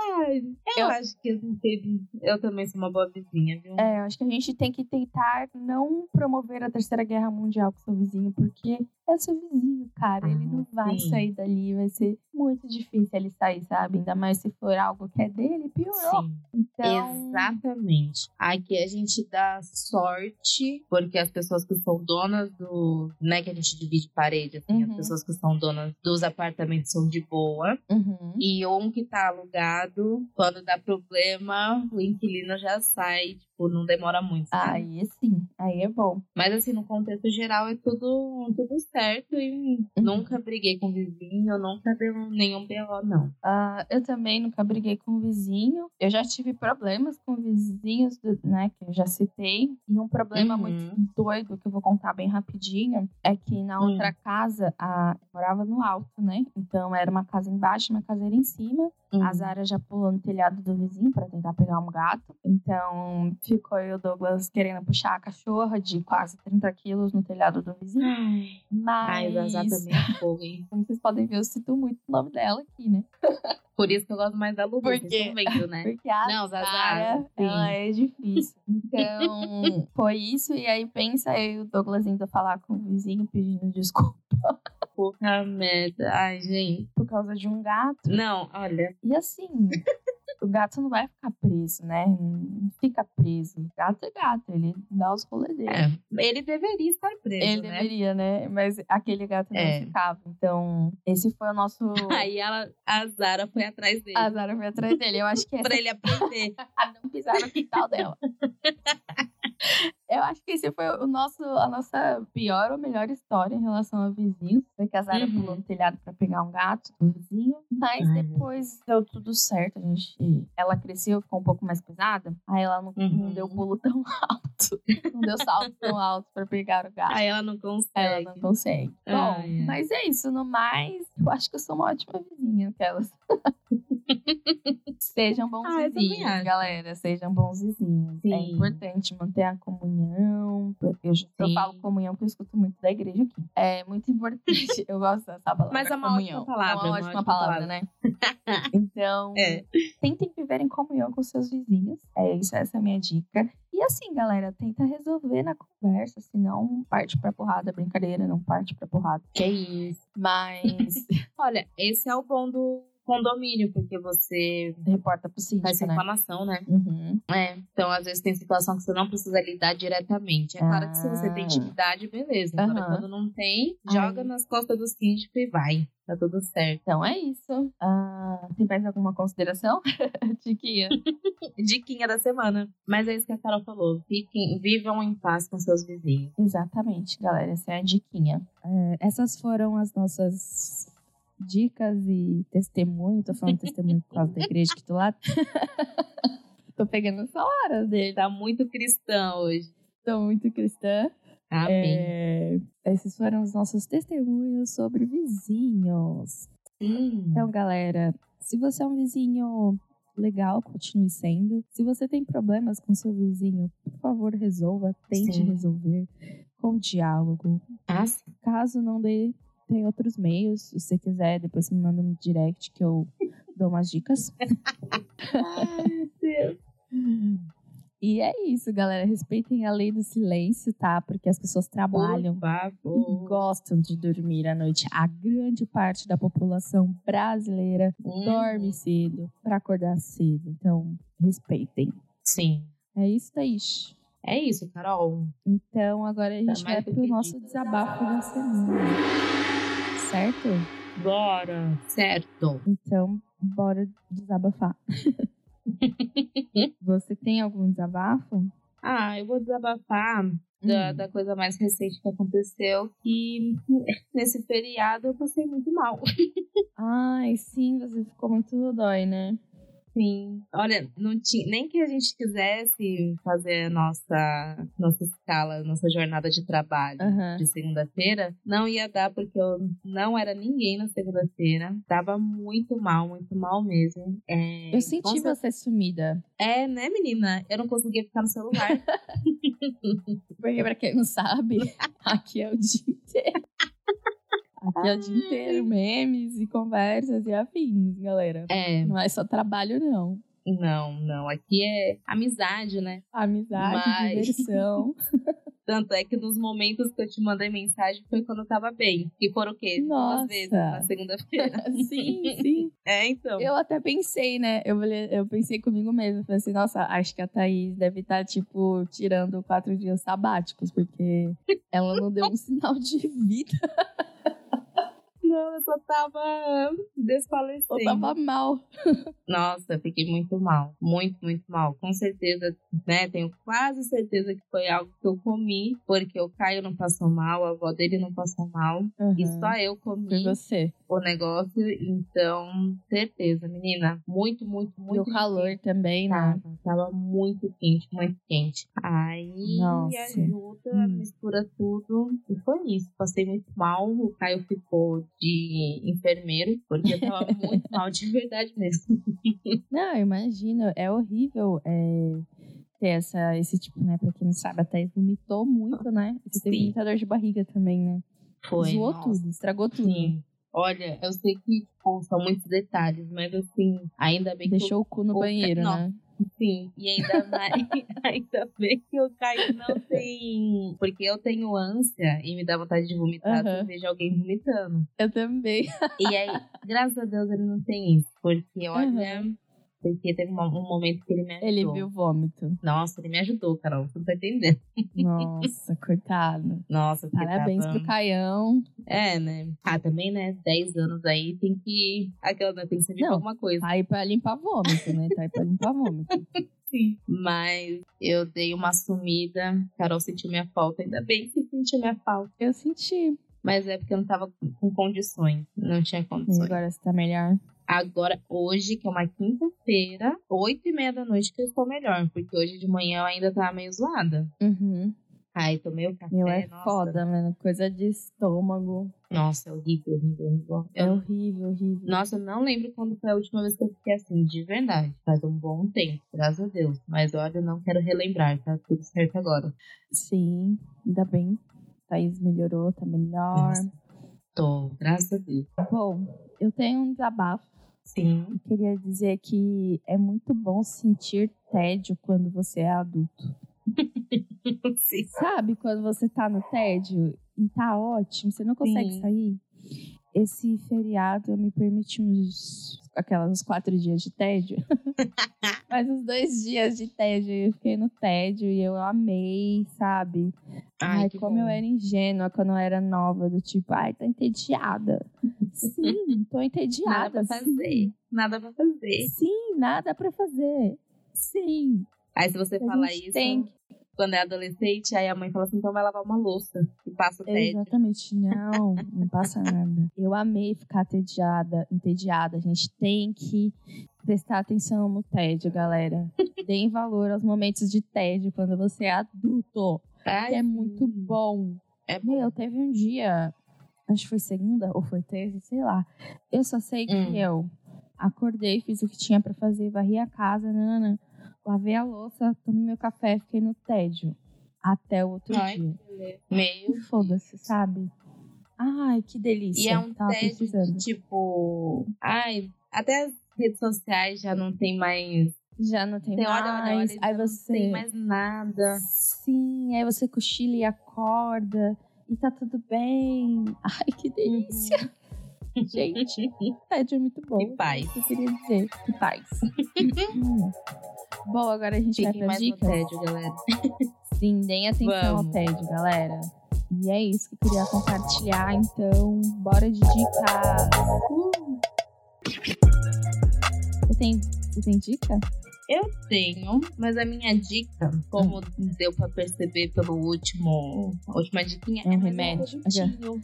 Speaker 2: Ai, eu,
Speaker 1: Eu-
Speaker 2: acho que eu, não sei, eu também sou uma boa vizinha, viu?
Speaker 1: É, eu acho que a gente tem que tentar não promover a Terceira Guerra Mundial com seu vizinho, porque é seu vizinho, cara. ele não vai
Speaker 2: Ah, sim.
Speaker 1: sair dali, vai ser muito difícil ele sair, sabe? Ainda mais se for algo que é dele, piorou.
Speaker 2: Sim,
Speaker 1: Então,
Speaker 2: exatamente. Aqui a gente dá sorte, porque as pessoas que são donas do. Né, que a gente divide parede, assim,
Speaker 1: Uhum.
Speaker 2: as pessoas que são donas dos apartamentos são de boa.
Speaker 1: uhum.
Speaker 2: E um que tá alugado, quando dá problema, o inquilino já sai, tipo, não demora muito. sabe?
Speaker 1: aí sim, aí é bom.
Speaker 2: Mas assim, no contexto geral é tudo, tudo certo e
Speaker 1: Uhum.
Speaker 2: nunca briguei com vizinho, nunca deu nenhum BO, não.
Speaker 1: Ah, eu também nunca briguei com o vizinho. Eu já tive problemas com vizinhos, do- né? Que eu já citei. E um problema
Speaker 2: Uhum.
Speaker 1: muito doido que eu vou contar bem rapidinho é que na
Speaker 2: Hum.
Speaker 1: outra casa, a, eu morava no alto, né? Então era uma casa embaixo, e uma caseira em cima. A
Speaker 2: Uhum.
Speaker 1: Zara já pulou no telhado do vizinho pra tentar pegar um gato. Então ficou eu e o Douglas querendo puxar a cachorra de quase 30 quilos no telhado do vizinho.
Speaker 2: Ai, ai,
Speaker 1: Mas.
Speaker 2: o Azar também é fogo, hein?
Speaker 1: Como vocês podem ver, eu cito muito o nome dela aqui, né?
Speaker 2: Por isso que eu gosto mais da Lulu,
Speaker 1: Por
Speaker 2: vocês
Speaker 1: quê?
Speaker 2: estão vendo, né?
Speaker 1: Porque a
Speaker 2: Não, Zazá,
Speaker 1: Zara,
Speaker 2: sim.
Speaker 1: ela é difícil. Então, foi isso. E aí, pensa eu e o Douglas indo falar com o vizinho pedindo desculpa
Speaker 2: Porra merda. Ai, gente.
Speaker 1: por causa de um gato.
Speaker 2: Não, olha.
Speaker 1: E assim, o gato não vai ficar preso, né? Não fica preso. Gato é gato, ele dá os rolês dele.
Speaker 2: É, ele deveria estar preso,
Speaker 1: Ele
Speaker 2: né?
Speaker 1: deveria, né? Mas aquele gato não
Speaker 2: É.
Speaker 1: ficava. Então, esse foi o nosso.
Speaker 2: Aí ela, a Zara foi atrás dele.
Speaker 1: A Zara foi atrás dele. Eu acho que essa
Speaker 2: Pra ele aprender.
Speaker 1: a não um pisar no quintal dela. Eu acho que esse foi o nosso, a nossa pior ou melhor história em relação a vizinhos. Foi que a Zara
Speaker 2: Uhum.
Speaker 1: pulou no telhado pra pegar um gato do vizinho. Mas
Speaker 2: Ai, meu
Speaker 1: depois deu tudo certo. A gente, ela cresceu, ficou um pouco mais pesada. Aí ela não, não
Speaker 2: Uhum.
Speaker 1: deu pulo tão alto. Não deu salto tão alto pra pegar o gato.
Speaker 2: Aí ela não consegue.
Speaker 1: Ela É, não consegue. Bom,
Speaker 2: Ai, ai.
Speaker 1: mas é isso. No mais, eu acho que eu sou uma ótima vizinha, aquelas. Sejam bons
Speaker 2: Ah, eu também
Speaker 1: vizinhos,
Speaker 2: acho.
Speaker 1: galera. Sejam bons vizinhos. É
Speaker 2: Sim.
Speaker 1: importante manter a comunhão. Eu, já- eu
Speaker 2: Sim.
Speaker 1: falo comunhão porque eu escuto muito da igreja aqui. É muito importante. Eu gosto dessa palavra.
Speaker 2: Mas é uma
Speaker 1: comunhão.
Speaker 2: ótima palavra,
Speaker 1: É uma ótima palavra, né? Então,
Speaker 2: É.
Speaker 1: tentem viver em comunhão com seus vizinhos. É isso, essa é a minha dica. E assim, galera, tenta resolver na conversa, senão parte pra porrada, brincadeira, não parte pra porrada.
Speaker 2: Que isso.
Speaker 1: Mas
Speaker 2: Olha, esse é o bom do condomínio, porque você
Speaker 3: Reporta pro síndico,
Speaker 2: faz
Speaker 3: né?
Speaker 2: reclamação, né?
Speaker 3: Uhum.
Speaker 2: É, então às vezes tem situação que você não precisa lidar diretamente. É claro que se você tem
Speaker 3: Ah.
Speaker 2: intimidade, beleza. Agora,
Speaker 3: Aham.
Speaker 2: quando não tem,
Speaker 3: Ai.
Speaker 2: joga nas costas do síndico e vai. Tá tudo certo.
Speaker 3: Então é isso. Ah, tem mais alguma consideração, Tiquinha?
Speaker 2: Diquinha da semana. Mas é isso que a Carol falou. Fiquem, vivam em paz com seus vizinhos.
Speaker 3: Exatamente, galera. Essa é a diquinha.
Speaker 1: É, essas foram as nossas dicas e testemunho. Tô falando testemunho por causa da igreja que tu lá.
Speaker 3: Tô pegando as horas dele.
Speaker 2: Tá muito cristã hoje.
Speaker 1: Tô muito cristã.
Speaker 2: Amém.
Speaker 1: É, esses foram os nossos testemunhos sobre vizinhos.
Speaker 3: É.
Speaker 2: Sim.
Speaker 1: Então, galera, se você é um vizinho legal, continue sendo. Se você tem problemas com seu vizinho, por favor, resolva, tente
Speaker 2: Sim.
Speaker 1: resolver com diálogo.
Speaker 2: Ah, sim.
Speaker 1: Caso não dê, tem outros meios. Se você quiser, depois me manda um direct que eu dou umas dicas.
Speaker 2: Ai, Deus.
Speaker 1: E é isso, galera. Respeitem a lei do silêncio, tá? Porque as pessoas trabalham.
Speaker 2: Por
Speaker 1: e
Speaker 2: favor.
Speaker 1: gostam de dormir à noite. A grande parte da população brasileira
Speaker 2: Hum,
Speaker 1: dorme cedo para acordar cedo. Então, respeitem.
Speaker 2: Sim.
Speaker 1: É isso, Thaís.
Speaker 2: É isso, Carol.
Speaker 1: Então, agora a gente
Speaker 2: Tá
Speaker 1: vai
Speaker 2: mais do
Speaker 1: pro
Speaker 2: que
Speaker 1: nosso desabafo da semana. Certo?
Speaker 2: Bora. Certo.
Speaker 1: Então, bora desabafar. Você tem algum desabafo?
Speaker 2: Ah, eu vou desabafar da, da coisa mais recente que aconteceu, que nesse feriado eu passei muito mal.
Speaker 1: Ai, sim, você ficou muito dói, né?
Speaker 2: Sim. Olha, não tinha, nem que a gente quisesse fazer a nossa, nossa escala, nossa jornada de trabalho.
Speaker 1: Aham.
Speaker 2: De segunda-feira, não ia dar porque eu não era ninguém na segunda-feira. Tava muito mal, muito mal mesmo. É,
Speaker 1: Eu senti
Speaker 2: com cer-
Speaker 1: você sumida.
Speaker 2: É, né, menina? Eu não conseguia ficar no celular.
Speaker 1: Porque, pra quem não sabe, aqui é o dia inteiro. Aqui é o dia inteiro. Memes e conversas e afins, galera.
Speaker 2: é,
Speaker 1: Não é só trabalho, não.
Speaker 2: não, não. Aqui é amizade, né?
Speaker 1: Amizade,
Speaker 2: Mas-
Speaker 1: diversão.
Speaker 2: Tanto é que nos momentos que eu te mandei mensagem foi quando eu tava bem. E foram o quê?
Speaker 1: Nossa.
Speaker 2: Duas vezes na segunda-feira.
Speaker 1: sim, sim.
Speaker 2: É, então.
Speaker 1: Eu até pensei, né? Eu, falei- eu pensei comigo mesma. Falei assim, nossa, acho que a Thaís deve estar, tipo, tirando quatro dias sabáticos, porque ela não deu um sinal de vida.
Speaker 2: Não, eu só tava
Speaker 1: Ou
Speaker 2: desfalecendo.
Speaker 1: tava mal.
Speaker 2: Nossa, eu fiquei muito mal. Muito, muito mal. Com certeza, né? Tenho quase certeza que foi algo que eu comi. Porque o Caio não passou mal, a avó dele não passou mal. E
Speaker 1: Aham.
Speaker 2: só eu
Speaker 1: Uhum. Foi
Speaker 2: comi
Speaker 1: você.
Speaker 2: o negócio. Então, certeza, menina. Muito, muito,
Speaker 1: E o
Speaker 2: muito.
Speaker 1: calor também, né?
Speaker 2: Tava, tava muito quente, muito quente. Aí
Speaker 1: Nossa.
Speaker 2: ajuda,
Speaker 1: Hum.
Speaker 2: mistura tudo. E foi isso. Passei muito mal. O Caio ficou de enfermeiro, porque eu tava muito mal de verdade mesmo.
Speaker 1: Não, eu imagino. É horrível é, ter essa, esse tipo, né? Pra quem não sabe, a Thaís vomitou muito, né? Você teve
Speaker 2: Sim.
Speaker 1: muita dor de barriga também, né?
Speaker 2: Foi.
Speaker 1: Zoou
Speaker 2: nossa.
Speaker 1: tudo, estragou tudo.
Speaker 2: Sim. Olha, eu sei que tipo, são muitos detalhes, mas assim, ainda bem que eu
Speaker 1: Deixou o cu no
Speaker 2: O-
Speaker 1: banheiro,
Speaker 2: não.
Speaker 1: né?
Speaker 2: Sim, e ainda mais, ainda bem que o Caio não tem. Porque eu tenho ânsia e me dá vontade de vomitar se
Speaker 1: Aham.
Speaker 2: eu vejo alguém vomitando.
Speaker 1: Eu também.
Speaker 2: E aí, graças a Deus ele não tem isso, porque olha. Porque teve uma- um momento que ele me ajudou.
Speaker 1: Uhum. Ele viu o vômito.
Speaker 2: Nossa, ele me ajudou, Carol. Você não tá entendendo.
Speaker 1: Nossa, coitado.
Speaker 2: Nossa, porque
Speaker 1: Parabéns
Speaker 2: tava...
Speaker 1: pro Caião.
Speaker 2: É, né? Ah, também, né? 10 anos aí tem que. Aquela, né? Tem que servir
Speaker 1: Não.
Speaker 2: pra alguma coisa.
Speaker 1: Tá aí pra limpar vômito, né? Tá aí pra limpar vômito.
Speaker 2: Sim. Mas eu dei uma sumida. Carol sentiu minha falta. Ainda bem que sentiu minha falta.
Speaker 1: Eu senti.
Speaker 2: Mas é porque eu não tava com- com condições. Não tinha
Speaker 1: E
Speaker 2: condições.
Speaker 1: agora você tá melhor.
Speaker 2: Agora, hoje, que é uma quinta-feira, oito e meia da noite, que eu estou melhor. Porque hoje de manhã eu ainda tava meio zoada.
Speaker 1: Uhum.
Speaker 2: Ai, tomei o café.
Speaker 1: Meu, é
Speaker 2: nossa.
Speaker 1: foda, mano. Coisa de estômago.
Speaker 2: Nossa, é horrível, horrível, horrível.
Speaker 1: É
Speaker 2: Eu-
Speaker 1: horrível, horrível.
Speaker 2: Nossa, eu não lembro quando foi a última vez que eu fiquei assim, de verdade. Faz um bom tempo, graças a Deus. Mas olha, eu não quero relembrar, tá tudo certo agora.
Speaker 1: Sim, ainda bem. Thaís melhorou, tá melhor.
Speaker 2: Nossa. Tô, graças a Deus.
Speaker 1: Bom, eu tenho um desabafo.
Speaker 2: Sim.
Speaker 1: Eu queria dizer que é muito bom sentir tédio quando você é adulto.
Speaker 2: Sim.
Speaker 1: Sabe quando você tá no tédio e tá ótimo, você não consegue
Speaker 2: Sim.
Speaker 1: sair? esse feriado eu me permiti uns aquelas quatro dias de tédio. Mas os dois dias de tédio, eu fiquei no tédio e eu amei, sabe? Ai,
Speaker 2: Ai, que
Speaker 1: como
Speaker 2: bom.
Speaker 1: eu era ingênua quando eu era nova, do tipo, ai, tô entediada. Sim, tô
Speaker 2: Nada
Speaker 1: entediada.
Speaker 2: pra fazer. Nada pra fazer.
Speaker 1: Sim, sim, nada pra fazer. Sim.
Speaker 2: Aí se você
Speaker 1: A
Speaker 2: falar
Speaker 1: gente
Speaker 2: isso
Speaker 1: tem que-
Speaker 2: quando é adolescente, aí a mãe fala assim, então vai lavar uma louça e passa o tédio.
Speaker 1: Exatamente, não, não passa nada. Eu amei ficar entediada, entediada. A gente tem que prestar atenção no tédio, galera. Deem valor aos momentos de tédio quando você é adulto.
Speaker 2: Ai,
Speaker 1: Que é muito bom.
Speaker 2: É bom.
Speaker 1: Meu, teve um dia, acho que foi segunda ou foi terça, sei lá. Eu só sei que
Speaker 2: Hum.
Speaker 1: eu acordei, fiz o que tinha pra fazer, varri a casa, nana, lavei a louça, tomei meu café, fiquei no tédio. Até o outro
Speaker 2: Ai,
Speaker 1: dia.
Speaker 2: Meu.
Speaker 1: Foda-se, sabe? Ai, que delícia.
Speaker 2: E é um
Speaker 1: Tava
Speaker 2: tédio de,
Speaker 1: precisando.
Speaker 2: tipo. Ai, até as redes sociais já não tem mais.
Speaker 1: Já não tem
Speaker 2: Você
Speaker 1: mais.
Speaker 2: olha, olha, olha,
Speaker 1: aí
Speaker 2: já
Speaker 1: você.
Speaker 2: não tem mais nada.
Speaker 1: Sim, aí você cochila e acorda. E tá tudo bem. Ai, que delícia. Gente, tédio é muito bom.
Speaker 2: Que paz.
Speaker 1: Eu queria dizer que paz. Hum. Bom, agora a gente
Speaker 2: Fiquem
Speaker 1: vai
Speaker 2: mais
Speaker 1: pra
Speaker 2: no
Speaker 1: dicas.
Speaker 2: tédio, galera.
Speaker 1: Sim, deem atenção ao
Speaker 2: Vamos.
Speaker 1: tédio, galera. E é isso que eu queria compartilhar, então bora de dicas. Uh! Você tem, você tem dica?
Speaker 2: Tenho, mas a minha dica, como deu pra perceber pelo último. A última diquinha
Speaker 1: É um
Speaker 2: mais
Speaker 1: remédio.
Speaker 2: produtinho.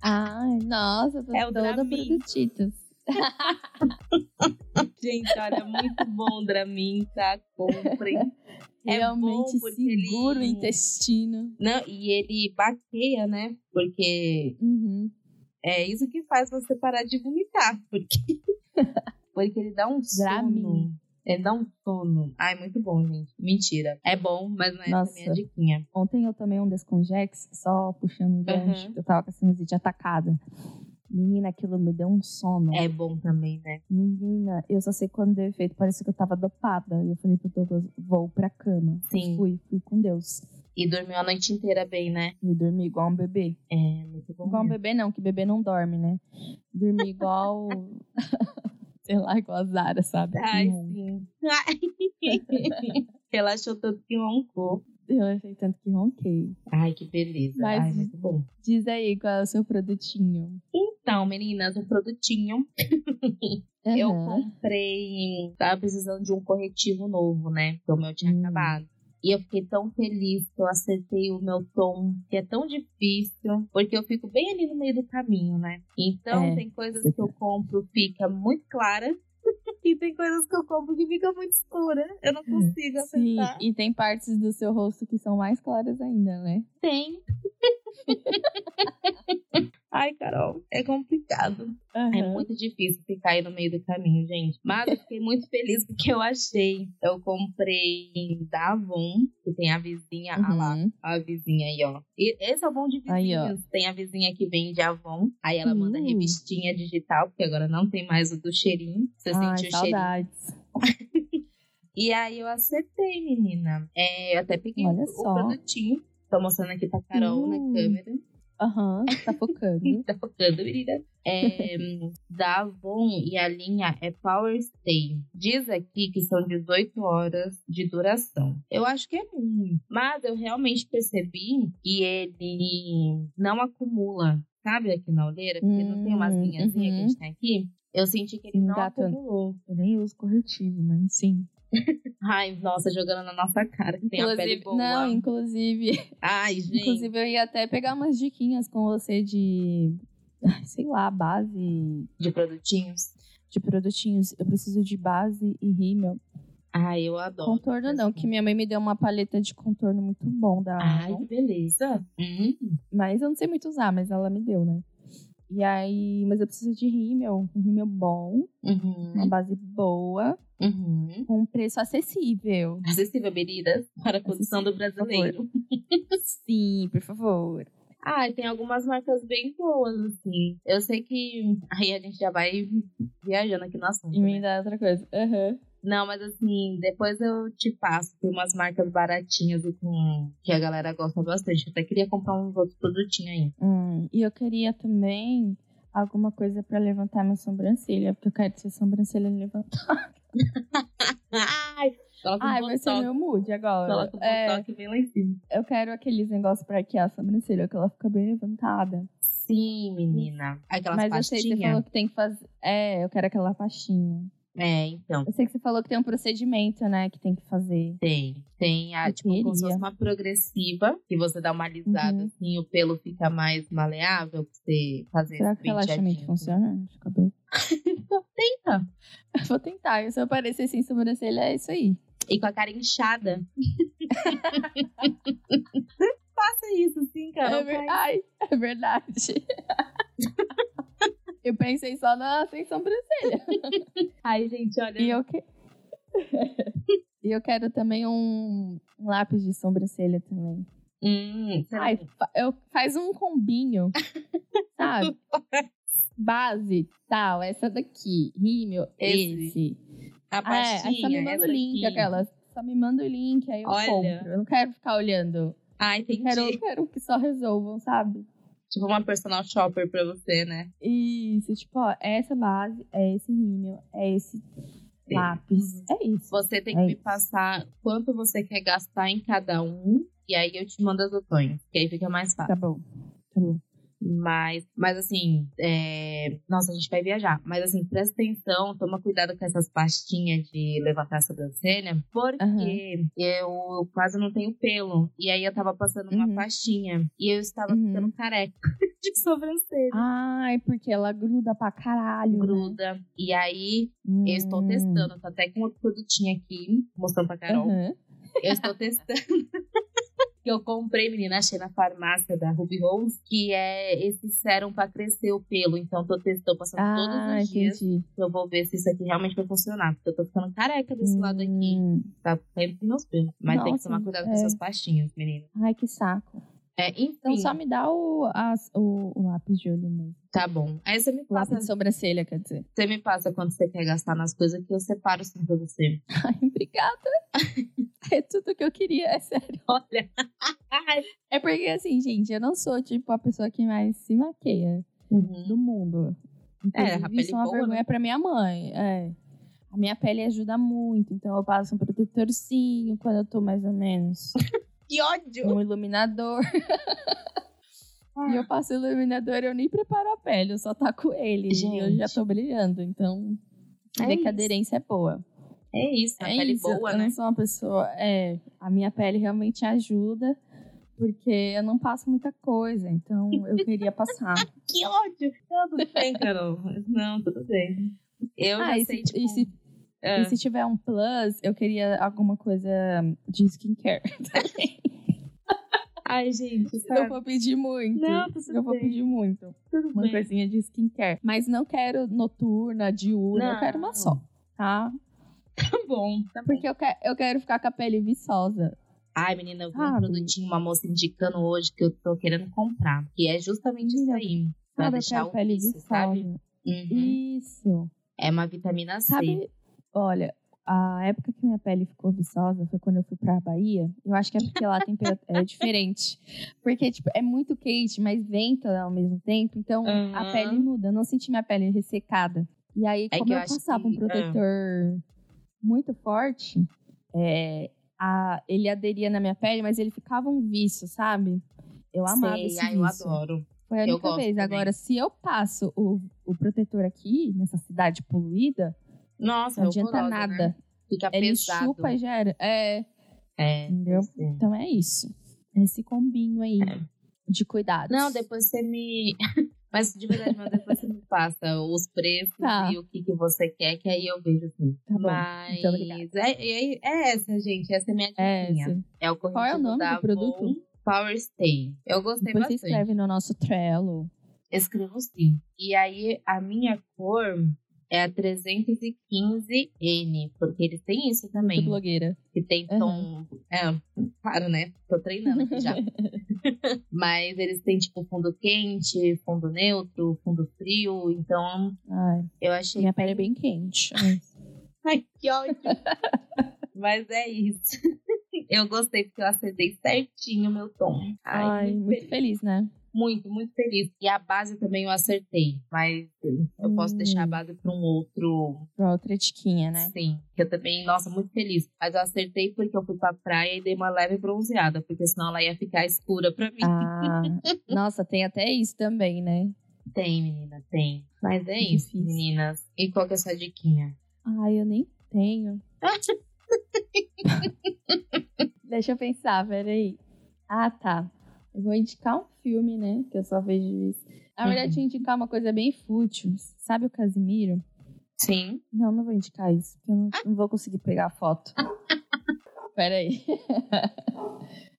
Speaker 1: Ai, nossa, tô
Speaker 2: É o
Speaker 1: toda
Speaker 2: Dramin.
Speaker 1: produtitos.
Speaker 2: Gente, olha, muito bom o Dramin, tá? Comprem. É
Speaker 1: Realmente
Speaker 2: bom porque
Speaker 1: segura o
Speaker 2: ele-
Speaker 1: intestino.
Speaker 2: Não, e ele baqueia, né? Porque
Speaker 1: Uhum.
Speaker 2: é isso que faz você parar de vomitar. Porque, porque ele dá um
Speaker 1: Dramin.
Speaker 2: sono. Ele dá um sono. Ai, muito bom, gente. Mentira. É bom, mas não é
Speaker 1: Nossa.
Speaker 2: essa minha diquinha.
Speaker 1: Ontem eu tomei um descongex, só puxando um gancho.
Speaker 2: Uhum.
Speaker 1: Eu tava com a sinusite atacada. Menina, aquilo me deu um sono.
Speaker 2: É bom também, né?
Speaker 1: Menina, eu só sei quando deu efeito, parecia que eu tava dopada. E eu falei pro Douglas, vou pra cama.
Speaker 2: Sim.
Speaker 1: Fui, fui com Deus.
Speaker 2: E dormiu a noite inteira bem, né?
Speaker 1: E dormi igual um bebê.
Speaker 2: É, muito bom.
Speaker 1: Igual um
Speaker 2: mesmo.
Speaker 1: bebê não, que bebê não dorme, né? Dormi igual... sei lá, igual a Zara, sabe?
Speaker 2: Ai,
Speaker 1: Não.
Speaker 2: sim.
Speaker 1: assim?
Speaker 2: Ai. Relaxou tanto que roncou.
Speaker 1: Eu achei tanto que ronquei.
Speaker 2: Ai, que beleza.
Speaker 1: Mas-
Speaker 2: Ai, muito bom.
Speaker 1: Diz aí qual é o seu produtinho.
Speaker 2: Então, meninas, um produtinho Eu
Speaker 1: Aham.
Speaker 2: comprei, tava precisando de um corretivo novo, né? Porque o meu tinha
Speaker 1: Hum.
Speaker 2: acabado. E eu fiquei tão feliz que eu acertei o meu tom, que é tão difícil, porque eu fico bem ali no meio do caminho, né? Então,
Speaker 1: É,
Speaker 2: tem coisas
Speaker 1: você
Speaker 2: que eu compro fica muito clara, e tem coisas que eu compro que fica muito escura. Eu não consigo
Speaker 1: Hum, Sim,
Speaker 2: acertar.
Speaker 1: e tem partes do seu rosto que são mais claras ainda, né?
Speaker 2: Tem. Ai, Carol, é complicado. É
Speaker 1: Aham.
Speaker 2: muito difícil ficar aí no meio do caminho, gente. Mas eu fiquei muito feliz porque eu achei. Eu comprei da Avon, que tem a vizinha, ah lá,
Speaker 1: Uhum.
Speaker 2: a vizinha aí, ó. E esse é o bom de
Speaker 1: Aí, ó.
Speaker 2: vizinhos. Tem a vizinha que vende Avon, aí ela manda
Speaker 1: Hum.
Speaker 2: revistinha digital, porque agora não tem mais o do cheirinho. Você
Speaker 1: Ai,
Speaker 2: sentiu o cheirinho.
Speaker 1: saudades.
Speaker 2: E aí eu acertei, menina. É, eu até peguei
Speaker 1: Olha
Speaker 2: o
Speaker 1: só.
Speaker 2: produtinho. Tô mostrando aqui pra Carol
Speaker 1: Hum.
Speaker 2: na câmera.
Speaker 1: Aham, tá focando.
Speaker 2: tá focando, menina. É, da Avon e a linha é Power Stay. Diz aqui que são 18 horas de duração. Eu acho que é muito, mas eu realmente percebi que ele não acumula, sabe, aqui na olheira, porque não tem umas
Speaker 1: Hum,
Speaker 2: linhazinhas que a
Speaker 1: uhum.
Speaker 2: gente tem aqui. Eu senti que ele não
Speaker 1: Gato.
Speaker 2: acumulou.
Speaker 1: Eu nem uso corretivo, mas sim.
Speaker 2: Ai, nossa, jogando na nossa cara, que tem a pele boa.
Speaker 1: não, inclusive,
Speaker 2: Ai, gente.
Speaker 1: inclusive eu ia até pegar umas diquinhas com você de, ai, sei lá, base
Speaker 2: De produtinhos.
Speaker 1: de produtinhos. Eu preciso de base e rímel.
Speaker 2: Ai, eu adoro.
Speaker 1: Contorno não,
Speaker 2: assim.
Speaker 1: que minha mãe me deu uma paleta de contorno muito bom da
Speaker 2: Ai,
Speaker 1: Avon.
Speaker 2: que beleza. Hum.
Speaker 1: Mas eu não sei muito usar, mas ela me deu, né? E aí, mas eu preciso de rímel, um rímel bom,
Speaker 2: Uhum.
Speaker 1: uma base boa,
Speaker 2: Uhum.
Speaker 1: com um preço acessível.
Speaker 2: Acessível, meninas, para a condição do brasileiro.
Speaker 1: Sim, por favor.
Speaker 2: Ah, e tem algumas marcas bem boas, assim. Eu sei que. Aí a gente já vai viajando aqui no assunto.
Speaker 1: E me
Speaker 2: Né?
Speaker 1: dá outra coisa. Aham.
Speaker 2: Não, mas assim, depois eu te passo. Tem umas marcas baratinhas e com... que a galera gosta bastante. Eu até queria comprar uns outros produtinhos aí.
Speaker 1: Hum, e eu queria também alguma coisa pra levantar minha sobrancelha, porque eu quero ter sobrancelha levantada.
Speaker 2: Ai, coloca
Speaker 1: Ai,
Speaker 2: um
Speaker 1: vai ser
Speaker 2: botox.
Speaker 1: meu mood agora.
Speaker 2: Coloca um
Speaker 1: É,
Speaker 2: botox bem lá em cima.
Speaker 1: eu quero aqueles negócios pra arquear a sobrancelha, que ela fica bem levantada.
Speaker 2: Sim, menina. Aquelas
Speaker 1: Mas eu sei que você
Speaker 2: pastinhas.
Speaker 1: falou que tem que fazer. É, eu quero aquela pastinha.
Speaker 2: É, então.
Speaker 1: Eu sei que você falou que tem um procedimento, né, que tem que fazer.
Speaker 2: Tem. Tem a,
Speaker 1: Eu
Speaker 2: tipo, como se
Speaker 1: queria.
Speaker 2: fosse uma progressiva, que você dá uma alisada
Speaker 1: Uhum.
Speaker 2: assim, o pelo fica mais maleável pra você fazer
Speaker 1: Será
Speaker 2: esse
Speaker 1: que o relaxamento
Speaker 2: penteadinho.
Speaker 1: funciona? De cabelo?
Speaker 2: Tenta.
Speaker 1: Vou tentar. E se eu aparecer sem sobrancelha, é isso aí.
Speaker 2: E com a cara inchada.
Speaker 1: Uhum.
Speaker 2: Faça isso, sim, cara.
Speaker 1: É ver- Ai, é verdade. eu pensei só na sem sobrancelha.
Speaker 2: Ai, gente, olha.
Speaker 1: E eu, que... e eu quero também um, um lápis de sobrancelha também.
Speaker 2: Hum, será
Speaker 1: Ai,
Speaker 2: que-
Speaker 1: fa- eu, faz um combinho, sabe? Base, tal, essa daqui. Rímel,
Speaker 2: Esse.
Speaker 1: esse.
Speaker 2: a
Speaker 1: Ah, é, aí só
Speaker 2: pastinha,
Speaker 1: me manda
Speaker 2: essa
Speaker 1: o link,
Speaker 2: aqui.
Speaker 1: aquelas. Só me manda o link, aí eu
Speaker 2: Olha.
Speaker 1: compro. Eu não quero ficar olhando.
Speaker 2: Ah, entendi.
Speaker 1: Quero, quero que só resolvam, sabe?
Speaker 2: Tipo uma personal shopper pra você, né?
Speaker 1: Isso, tipo, ó, é essa base, é esse rímel, é esse lápis.
Speaker 2: Uhum.
Speaker 1: É isso.
Speaker 2: Você tem que
Speaker 1: É
Speaker 2: me
Speaker 1: isso.
Speaker 2: passar quanto você quer gastar em cada um. E aí eu te mando as opções. Que aí fica mais fácil.
Speaker 1: Tá bom, tá bom.
Speaker 2: Mas, mas assim, é, nossa, a gente vai viajar. Mas assim, presta atenção, toma cuidado com essas pastinhas de levantar a sobrancelha, porque
Speaker 1: Aham.
Speaker 2: eu quase não tenho pelo. E aí eu tava passando uma
Speaker 1: Uhum.
Speaker 2: pastinha e eu estava
Speaker 1: Uhum.
Speaker 2: ficando careca de sobrancelha.
Speaker 1: Ai, porque ela gruda pra caralho. né?
Speaker 2: Gruda. E aí,
Speaker 1: Uhum. Hum.
Speaker 2: eu estou testando. Tô até com outro produtinho aqui, mostrando pra Carol.
Speaker 1: Aham.
Speaker 2: Eu estou testando. Que eu comprei, menina, achei na farmácia da Ruby Rose, que é esse sérum pra crescer o pelo. Então, tô testando, passando
Speaker 1: Ah,
Speaker 2: todos os dias.
Speaker 1: entendi.
Speaker 2: Eu vou ver se isso aqui realmente vai funcionar. Porque eu tô ficando careca desse lado aqui.
Speaker 1: Hum.
Speaker 2: Tá caindo com meus pelos. Mas tem que
Speaker 1: Nossa,
Speaker 2: tomar cuidado com
Speaker 1: é.
Speaker 2: essas pastinhas, menina.
Speaker 1: Ai, que saco.
Speaker 2: É, enfim,
Speaker 1: Então só me dá o, as- o, o lápis de olho mesmo.
Speaker 2: tá bom. Aí você me
Speaker 1: O lápis de
Speaker 2: passa,
Speaker 1: sobrancelha, quer dizer.
Speaker 2: você me passa quanto você quer gastar nas coisas que eu separo sim pra você.
Speaker 1: Ai, obrigada. É tudo que eu queria, é sério.
Speaker 2: Olha.
Speaker 1: É porque assim, gente, eu não sou tipo a pessoa que mais se maqueia
Speaker 2: Uhum.
Speaker 1: do mundo.
Speaker 2: É, a
Speaker 1: Inclusive,
Speaker 2: pele
Speaker 1: isso é uma
Speaker 2: boa,
Speaker 1: vergonha pra minha mãe. É. A minha pele ajuda muito, então eu passo um protetorzinho quando eu tô mais ou menos.
Speaker 2: Que ódio!
Speaker 1: Um iluminador.
Speaker 2: Ah.
Speaker 1: e eu passo o iluminador, eu nem preparo a pele, eu só taco ele. E eu já
Speaker 2: Gente.
Speaker 1: tô brilhando, então. Você
Speaker 2: É
Speaker 1: vê que
Speaker 2: isso.
Speaker 1: a aderência é boa.
Speaker 2: É isso, a
Speaker 1: é
Speaker 2: pele
Speaker 1: isso,
Speaker 2: boa,
Speaker 1: eu
Speaker 2: né?
Speaker 1: não sou uma pessoa. É, a minha pele realmente ajuda, porque eu não passo muita coisa, então eu queria passar.
Speaker 2: Que ódio! Não, tudo bem, Carol. Não, tudo bem. Eu
Speaker 1: ah,
Speaker 2: já
Speaker 1: e
Speaker 2: sei,
Speaker 1: se,
Speaker 2: tipo...
Speaker 1: e, se,
Speaker 2: ah,
Speaker 1: e se tiver um plus, eu queria alguma coisa de skincare.
Speaker 2: Ai, gente,
Speaker 1: Eu
Speaker 2: sabe?
Speaker 1: vou pedir muito.
Speaker 2: Não, tá tudo
Speaker 1: eu vou
Speaker 2: bem.
Speaker 1: pedir muito.
Speaker 2: Tudo
Speaker 1: Uma
Speaker 2: bem.
Speaker 1: coisinha de skincare. Mas não quero noturna, diurna,
Speaker 2: Não.
Speaker 1: eu quero uma só, tá?
Speaker 2: Tá bom, tá bom.
Speaker 1: Porque eu, que, eu quero ficar com a pele viçosa.
Speaker 2: Ai, menina, eu vi um
Speaker 1: Sabe?
Speaker 2: produtinho, uma moça indicando hoje que eu tô querendo comprar. Que é justamente isso
Speaker 1: Menina,
Speaker 2: aí. Pra
Speaker 1: Sabe, eu
Speaker 2: deixar
Speaker 1: quero
Speaker 2: o
Speaker 1: pele
Speaker 2: vício,
Speaker 1: viçosa.
Speaker 2: sabe? Uhum.
Speaker 1: Isso.
Speaker 2: É uma vitamina C.
Speaker 1: Hum. Sabe, olha, a época que minha pele ficou viçosa foi quando eu fui pra Bahia. Eu acho que é porque lá a temperatura é diferente. Porque, tipo, é muito quente, mas venta ao mesmo tempo. Então,
Speaker 2: Aham.
Speaker 1: a pele muda. Eu não senti minha pele ressecada. E aí,
Speaker 2: É
Speaker 1: como
Speaker 2: que
Speaker 1: eu,
Speaker 2: eu acho
Speaker 1: passava um
Speaker 2: que- ah.
Speaker 1: protetor muito forte, é, a- ele aderia na minha pele, mas ele ficava um vício, sabe? Eu amava
Speaker 2: Sei,
Speaker 1: esse
Speaker 2: ai,
Speaker 1: vício.
Speaker 2: eu adoro.
Speaker 1: Foi a
Speaker 2: Eu
Speaker 1: única
Speaker 2: gosto
Speaker 1: vez.
Speaker 2: também.
Speaker 1: Agora, se eu passo o, o protetor aqui, nessa cidade poluída,
Speaker 2: Nossa,
Speaker 1: não
Speaker 2: é
Speaker 1: adianta
Speaker 2: horrorosa, né?
Speaker 1: nada.
Speaker 2: Fica
Speaker 1: Ele
Speaker 2: pesado.
Speaker 1: chupa e já era. É,
Speaker 2: É.
Speaker 1: entendeu?
Speaker 2: sim.
Speaker 1: Então é isso. Esse combinho aí de cuidados.
Speaker 2: É. Não, depois você me... Mas de verdade, mas depois você me passa os preços
Speaker 1: Tá.
Speaker 2: e o que, que você quer, que aí eu vejo assim.
Speaker 1: Tá bom.
Speaker 2: Mas
Speaker 1: Muito obrigada.
Speaker 2: é, é, é essa, gente. Essa é minha
Speaker 1: É,
Speaker 2: diquinha.
Speaker 1: esse.
Speaker 2: É, o corretivo
Speaker 1: Qual é o nome do
Speaker 2: da Avon
Speaker 1: produto?
Speaker 2: Power Stay. Eu gostei
Speaker 1: depois você
Speaker 2: bastante.
Speaker 1: escreve no nosso Trello.
Speaker 2: Escrevo sim. E aí, a minha cor é a 315N, porque eles têm isso
Speaker 1: Muito
Speaker 2: também.
Speaker 1: blogueira.
Speaker 2: Que tem tom.
Speaker 1: Aham.
Speaker 2: É, claro, né? Tô treinando aqui já. Mas eles têm, tipo, fundo quente, fundo neutro, fundo frio. Então,
Speaker 1: Ai,
Speaker 2: eu achei.
Speaker 1: minha pele é bem quente.
Speaker 2: Ai, que ódio! Mas é isso. Eu gostei porque eu acertei certinho o meu tom. Ai,
Speaker 1: Ai, muito feliz, né?
Speaker 2: muito, muito feliz. E a base também eu acertei, mas eu posso
Speaker 1: Hum.
Speaker 2: deixar a base para um outro.
Speaker 1: Pra outra etiquinha, né?
Speaker 2: Sim, que eu também, nossa, muito feliz. Mas eu acertei porque eu fui pra praia e dei uma leve bronzeada, porque senão ela ia ficar escura pra mim.
Speaker 1: Ah, nossa, tem até isso também, né?
Speaker 2: Tem, menina, tem. Mas é isso,
Speaker 1: Difícil.
Speaker 2: meninas. E qual que é a sua diquinha?
Speaker 1: Ai, eu nem tenho. Deixa eu pensar, peraí. Ah, tá. Eu vou indicar um filme, né? Que eu só vejo isso. Na verdade, eu ia indicar uma coisa bem fútil. Sabe o Casimiro?
Speaker 2: Sim.
Speaker 1: Não, não vou indicar isso, porque eu não, não vou conseguir pegar a foto. Peraí.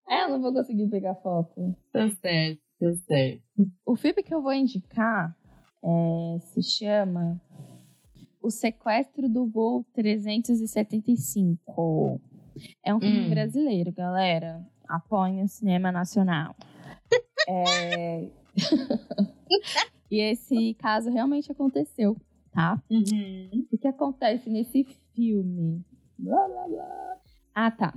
Speaker 1: é, eu não vou conseguir pegar a foto.
Speaker 2: Tá certo, tá certo.
Speaker 1: O filme que eu vou indicar é, se chama O Sequestro do Voo 375. É um filme
Speaker 2: Hum.
Speaker 1: brasileiro, galera. Apoia o cinema nacional. É, e esse caso realmente aconteceu, tá?
Speaker 2: Uhum.
Speaker 1: O que acontece nesse filme? Blá, blá, blá. Ah, tá.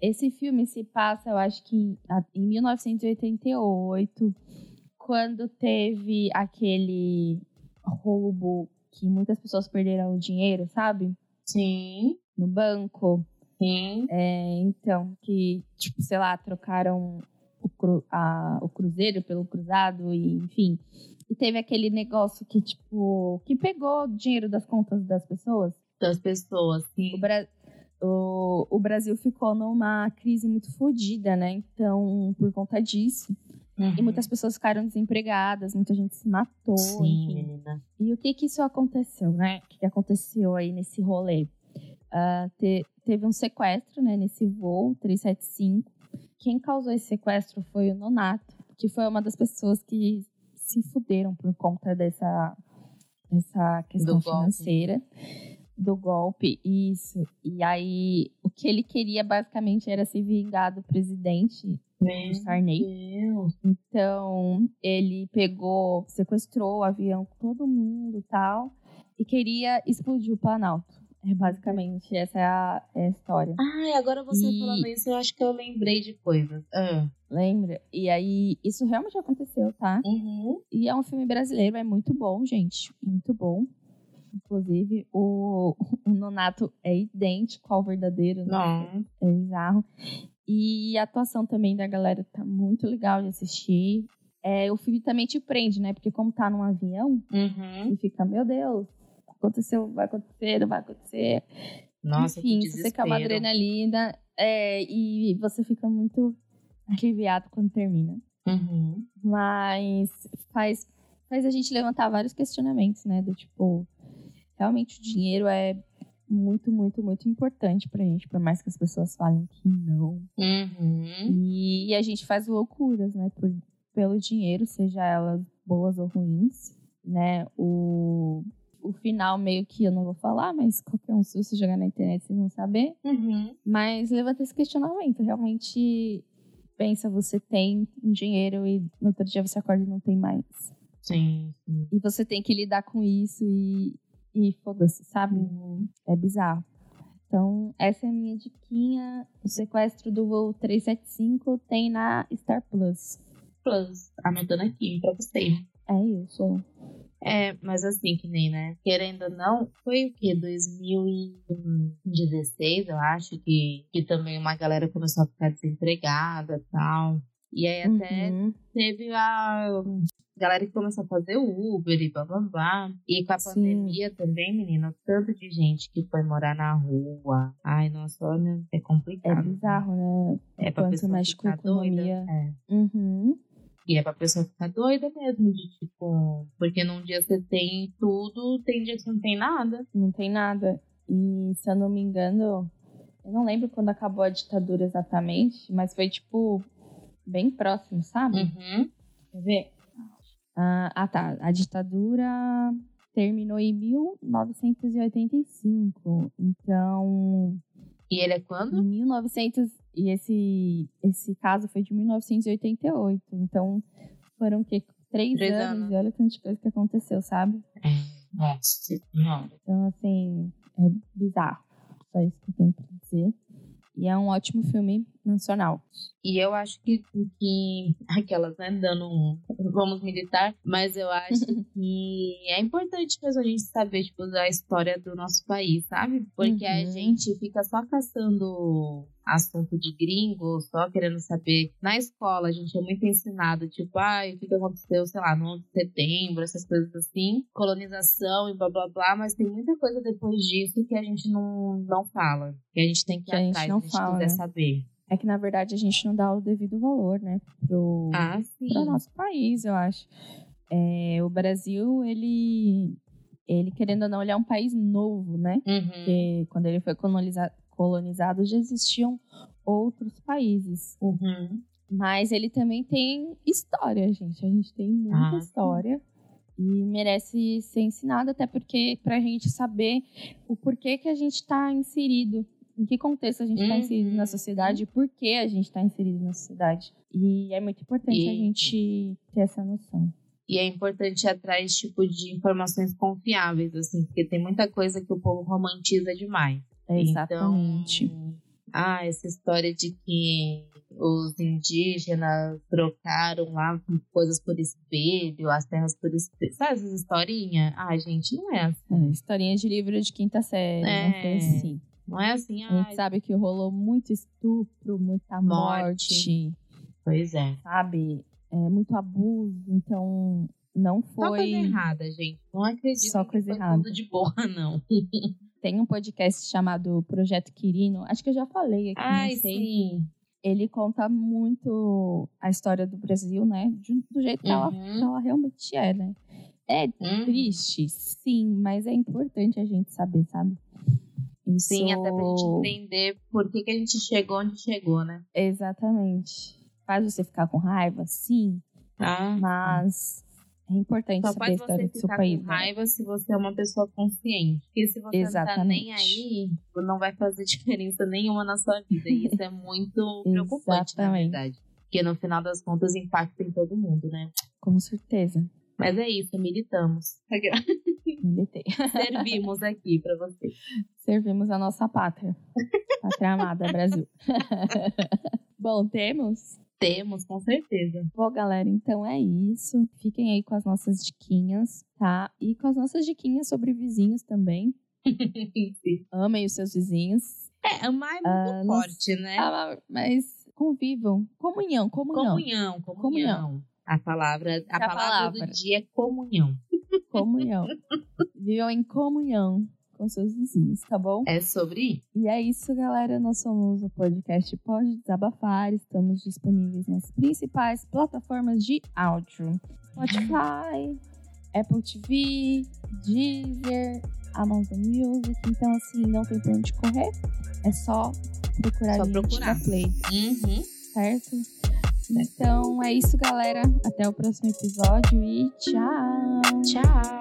Speaker 1: Esse filme se passa, eu acho que a- em 1988, quando teve aquele roubo que muitas pessoas perderam o dinheiro, sabe?
Speaker 2: Sim,
Speaker 1: No banco.
Speaker 2: sim.
Speaker 1: É, então, que, tipo, sei lá, trocaram o, cru- a- o Cruzeiro pelo Cruzado, e, enfim. E teve aquele negócio que, tipo, que pegou o dinheiro das contas das pessoas.
Speaker 2: Das pessoas, assim. sim.
Speaker 1: o, Bra- o- o Brasil ficou numa crise muito fodida, né? Então, por conta disso.
Speaker 2: Uhum.
Speaker 1: E muitas pessoas ficaram desempregadas, muita gente se matou,
Speaker 2: Sim,
Speaker 1: enfim.
Speaker 2: menina.
Speaker 1: E o que que isso aconteceu, né? O que que aconteceu aí nesse rolê? Ah, te- teve um sequestro, né, nesse voo 375. Quem causou esse sequestro foi o Nonato, que foi uma das pessoas que se fuderam por conta dessa, dessa questão
Speaker 2: Do golpe.
Speaker 1: financeira. Do golpe, isso. E aí, o que ele queria basicamente era se vingar do presidente,
Speaker 2: Meu
Speaker 1: do Sarney.
Speaker 2: Deus.
Speaker 1: Então, ele pegou, sequestrou o avião com todo mundo e tal, e queria explodir o Planalto. É basicamente essa é a, é a história.
Speaker 2: Ai, agora você
Speaker 1: E-
Speaker 2: falando isso, eu acho que eu lembrei de coisas. Ah.
Speaker 1: Lembra? E aí, isso realmente aconteceu, tá?
Speaker 2: Uhum.
Speaker 1: E é um filme brasileiro, é muito bom, gente. Muito bom. Inclusive, o, o Nonato é idêntico ao verdadeiro, né?
Speaker 2: Não.
Speaker 1: É bizarro. E a atuação também da galera tá muito legal de assistir. É, o filme também te prende, né? Porque como tá num avião,
Speaker 2: Uhum.
Speaker 1: e fica, meu Deus, aconteceu, vai acontecer, não vai acontecer.
Speaker 2: Nossa,
Speaker 1: Enfim,
Speaker 2: que
Speaker 1: se você quer uma
Speaker 2: desespero.
Speaker 1: adrenalina é, e você fica muito aliviado quando termina.
Speaker 2: Uhum.
Speaker 1: Mas faz, faz a gente levantar vários questionamentos, né? Do tipo, realmente o dinheiro é muito, muito, muito importante pra gente, por mais que as pessoas falem que não.
Speaker 2: Uhum.
Speaker 1: E, a gente faz loucuras, né? Por, pelo dinheiro, seja elas boas ou ruins, né? O, o final meio que eu não vou falar, mas qualquer um, se você jogar na internet, vocês vão saber.
Speaker 2: Uhum.
Speaker 1: Mas levanta esse questionamento. Realmente pensa, você tem um dinheiro e no outro dia você acorda e não tem mais.
Speaker 2: Sim, sim.
Speaker 1: E você tem que lidar com isso e, e foda-se, sabe?
Speaker 2: Uhum.
Speaker 1: É bizarro. Então, essa é a minha diquinha. O sequestro do voo 375 tem na Star Plus.
Speaker 2: Plus, anotando aqui pra você.
Speaker 1: É isso.
Speaker 2: É, mas assim, que nem, né? Querendo ou não, foi o quê? 2016, eu acho, que, que também uma galera começou a ficar desempregada e tal. E aí até
Speaker 1: Uhum.
Speaker 2: teve a galera que começou a fazer Uber e blá blá blá. E com a
Speaker 1: Sim.
Speaker 2: pandemia também, menina, o tanto de gente que foi morar na rua. Ai, nossa, olha, é
Speaker 1: É
Speaker 2: complicado.
Speaker 1: bizarro, né?
Speaker 2: É pra
Speaker 1: Quanto
Speaker 2: pessoa
Speaker 1: mexe com
Speaker 2: ficar doida.
Speaker 1: economia.
Speaker 2: É.
Speaker 1: Uhum.
Speaker 2: E é pra pessoa ficar doida mesmo, de tipo, porque num dia você tem tudo, tem dia que você não tem nada.
Speaker 1: Não tem nada. E, se eu não me engano, eu não lembro quando acabou a ditadura exatamente, mas foi, tipo, bem próximo, sabe?
Speaker 2: Uhum.
Speaker 1: Quer ver? Ah, ah, tá. A ditadura terminou em 1985. Então,
Speaker 2: E ele é quando?
Speaker 1: Em 1900 e esse esse caso foi de 1988. Então foram que três,
Speaker 2: Três
Speaker 1: anos,
Speaker 2: anos.
Speaker 1: e olha tanta coisa que aconteceu, sabe?
Speaker 2: Nossa Senhora.
Speaker 1: Então assim, é bizarro. Só isso que eu tenho pra dizer. E é um ótimo filme nacional.
Speaker 2: E eu acho que, que aquelas, né, dando um vamos militar, mas eu acho que é importante mesmo a gente saber, tipo, da história do nosso país, sabe? Porque a
Speaker 1: Uhum.
Speaker 2: gente fica só caçando assunto de gringo, só querendo saber. Na escola, a gente é muito ensinado, tipo, ai, o que que aconteceu, sei lá, no 11 de setembro, essas coisas assim, colonização e blá blá blá, mas tem muita coisa depois disso que a gente não, não fala, que a gente tem que ir
Speaker 1: Que a gente
Speaker 2: atrás, se
Speaker 1: não
Speaker 2: a gente
Speaker 1: fala,
Speaker 2: quiser
Speaker 1: né?
Speaker 2: saber.
Speaker 1: É que, na verdade, a gente não dá o devido valor, né? Pro,
Speaker 2: Ah, sim.
Speaker 1: para o nosso país, eu acho. É, o Brasil, ele, ele querendo ou não, ele é um país novo, né?
Speaker 2: Uhum,
Speaker 1: Porque quando ele foi coloniza- colonizado, já existiam outros países.
Speaker 2: uhum.
Speaker 1: Mas ele também tem história, gente. A gente tem muita
Speaker 2: Ah.
Speaker 1: história. E merece ser ensinado, até porque pra gente saber o porquê que a gente está inserido, em que contexto a gente está
Speaker 2: Uhum.
Speaker 1: inserido na sociedade e por que a gente está inserido na sociedade. E é muito importante a
Speaker 2: E-
Speaker 1: gente ter essa noção.
Speaker 2: E é importante ir atrás, tipo, de informações confiáveis, assim, porque tem muita coisa que o povo romantiza demais.
Speaker 1: Exatamente.
Speaker 2: Então, ah, essa história de que os indígenas trocaram lá coisas por espelho, as terras por espelho. Sabe essas historinhas? Ah, gente, não é assim.
Speaker 1: É, historinha de livro de quinta série,
Speaker 2: É.
Speaker 1: não foi assim.
Speaker 2: Não é assim,
Speaker 1: A
Speaker 2: ah,
Speaker 1: gente sabe que rolou muito estupro, muita
Speaker 2: Morte.
Speaker 1: morte.
Speaker 2: pois é.
Speaker 1: sabe? É muito abuso, então não
Speaker 2: Só coisa
Speaker 1: foi.
Speaker 2: errada, gente. Não acredito
Speaker 1: Só
Speaker 2: que
Speaker 1: coisa
Speaker 2: foi
Speaker 1: errada.
Speaker 2: tudo de boa, não.
Speaker 1: Tem um podcast chamado Projeto Quirino, acho que eu já falei aqui,
Speaker 2: Ai,
Speaker 1: não sei.
Speaker 2: sim.
Speaker 1: Ele conta muito a história do Brasil, né? de- do jeito que, ela,
Speaker 2: Uhum.
Speaker 1: que ela realmente é, né? É
Speaker 2: Hum.
Speaker 1: triste, sim, mas é importante a gente saber, sabe? Isso...
Speaker 2: Sim, até pra gente entender por que, que a gente chegou onde chegou, né?
Speaker 1: Exatamente. Faz você ficar com raiva, sim,
Speaker 2: Ah,
Speaker 1: mas é importante
Speaker 2: Só
Speaker 1: saber a
Speaker 2: faz
Speaker 1: história
Speaker 2: você
Speaker 1: do seu
Speaker 2: ficar
Speaker 1: país.
Speaker 2: com
Speaker 1: né?
Speaker 2: raiva se você é uma pessoa consciente. Porque se você não tá nem aí, tipo,
Speaker 1: Exatamente.
Speaker 2: não vai fazer diferença nenhuma na sua vida. E isso é muito preocupante, na
Speaker 1: Exatamente.
Speaker 2: verdade. Porque no final das contas impacta em todo mundo, né?
Speaker 1: Com certeza.
Speaker 2: Mas é isso, militamos.
Speaker 1: Militei.
Speaker 2: Servimos aqui pra você.
Speaker 1: Servimos a nossa pátria. Pátria amada, Brasil. Bom, temos?
Speaker 2: Temos, com certeza.
Speaker 1: Bom, galera, então é isso. Fiquem aí com as nossas diquinhas, tá? E com as nossas diquinhas sobre vizinhos também.
Speaker 2: Sim.
Speaker 1: Amem os seus vizinhos.
Speaker 2: é, amar é muito
Speaker 1: Ah, não-
Speaker 2: forte, né?
Speaker 1: Ah, mas convivam. Comunhão, comunhão.
Speaker 2: Comunhão, comunhão. A palavra, a
Speaker 1: A
Speaker 2: palavra
Speaker 1: palavra.
Speaker 2: do dia é comunhão.
Speaker 1: Comunhão. Vivam em comunhão com seus vizinhos, tá bom?
Speaker 2: É sobre isso.
Speaker 1: E é isso, galera. Nós somos o podcast Pode Desabafar. Estamos disponíveis nas principais plataformas de áudio: Spotify, Apple TV, Deezer, Amazon Music. Então, assim, não tem pra onde correr. É só procurar
Speaker 2: Só
Speaker 1: a gente
Speaker 2: procurar.
Speaker 1: da Play,
Speaker 2: Uhum.
Speaker 1: certo? Então é isso, galera. Até o próximo episódio e tchau!
Speaker 2: Tchau.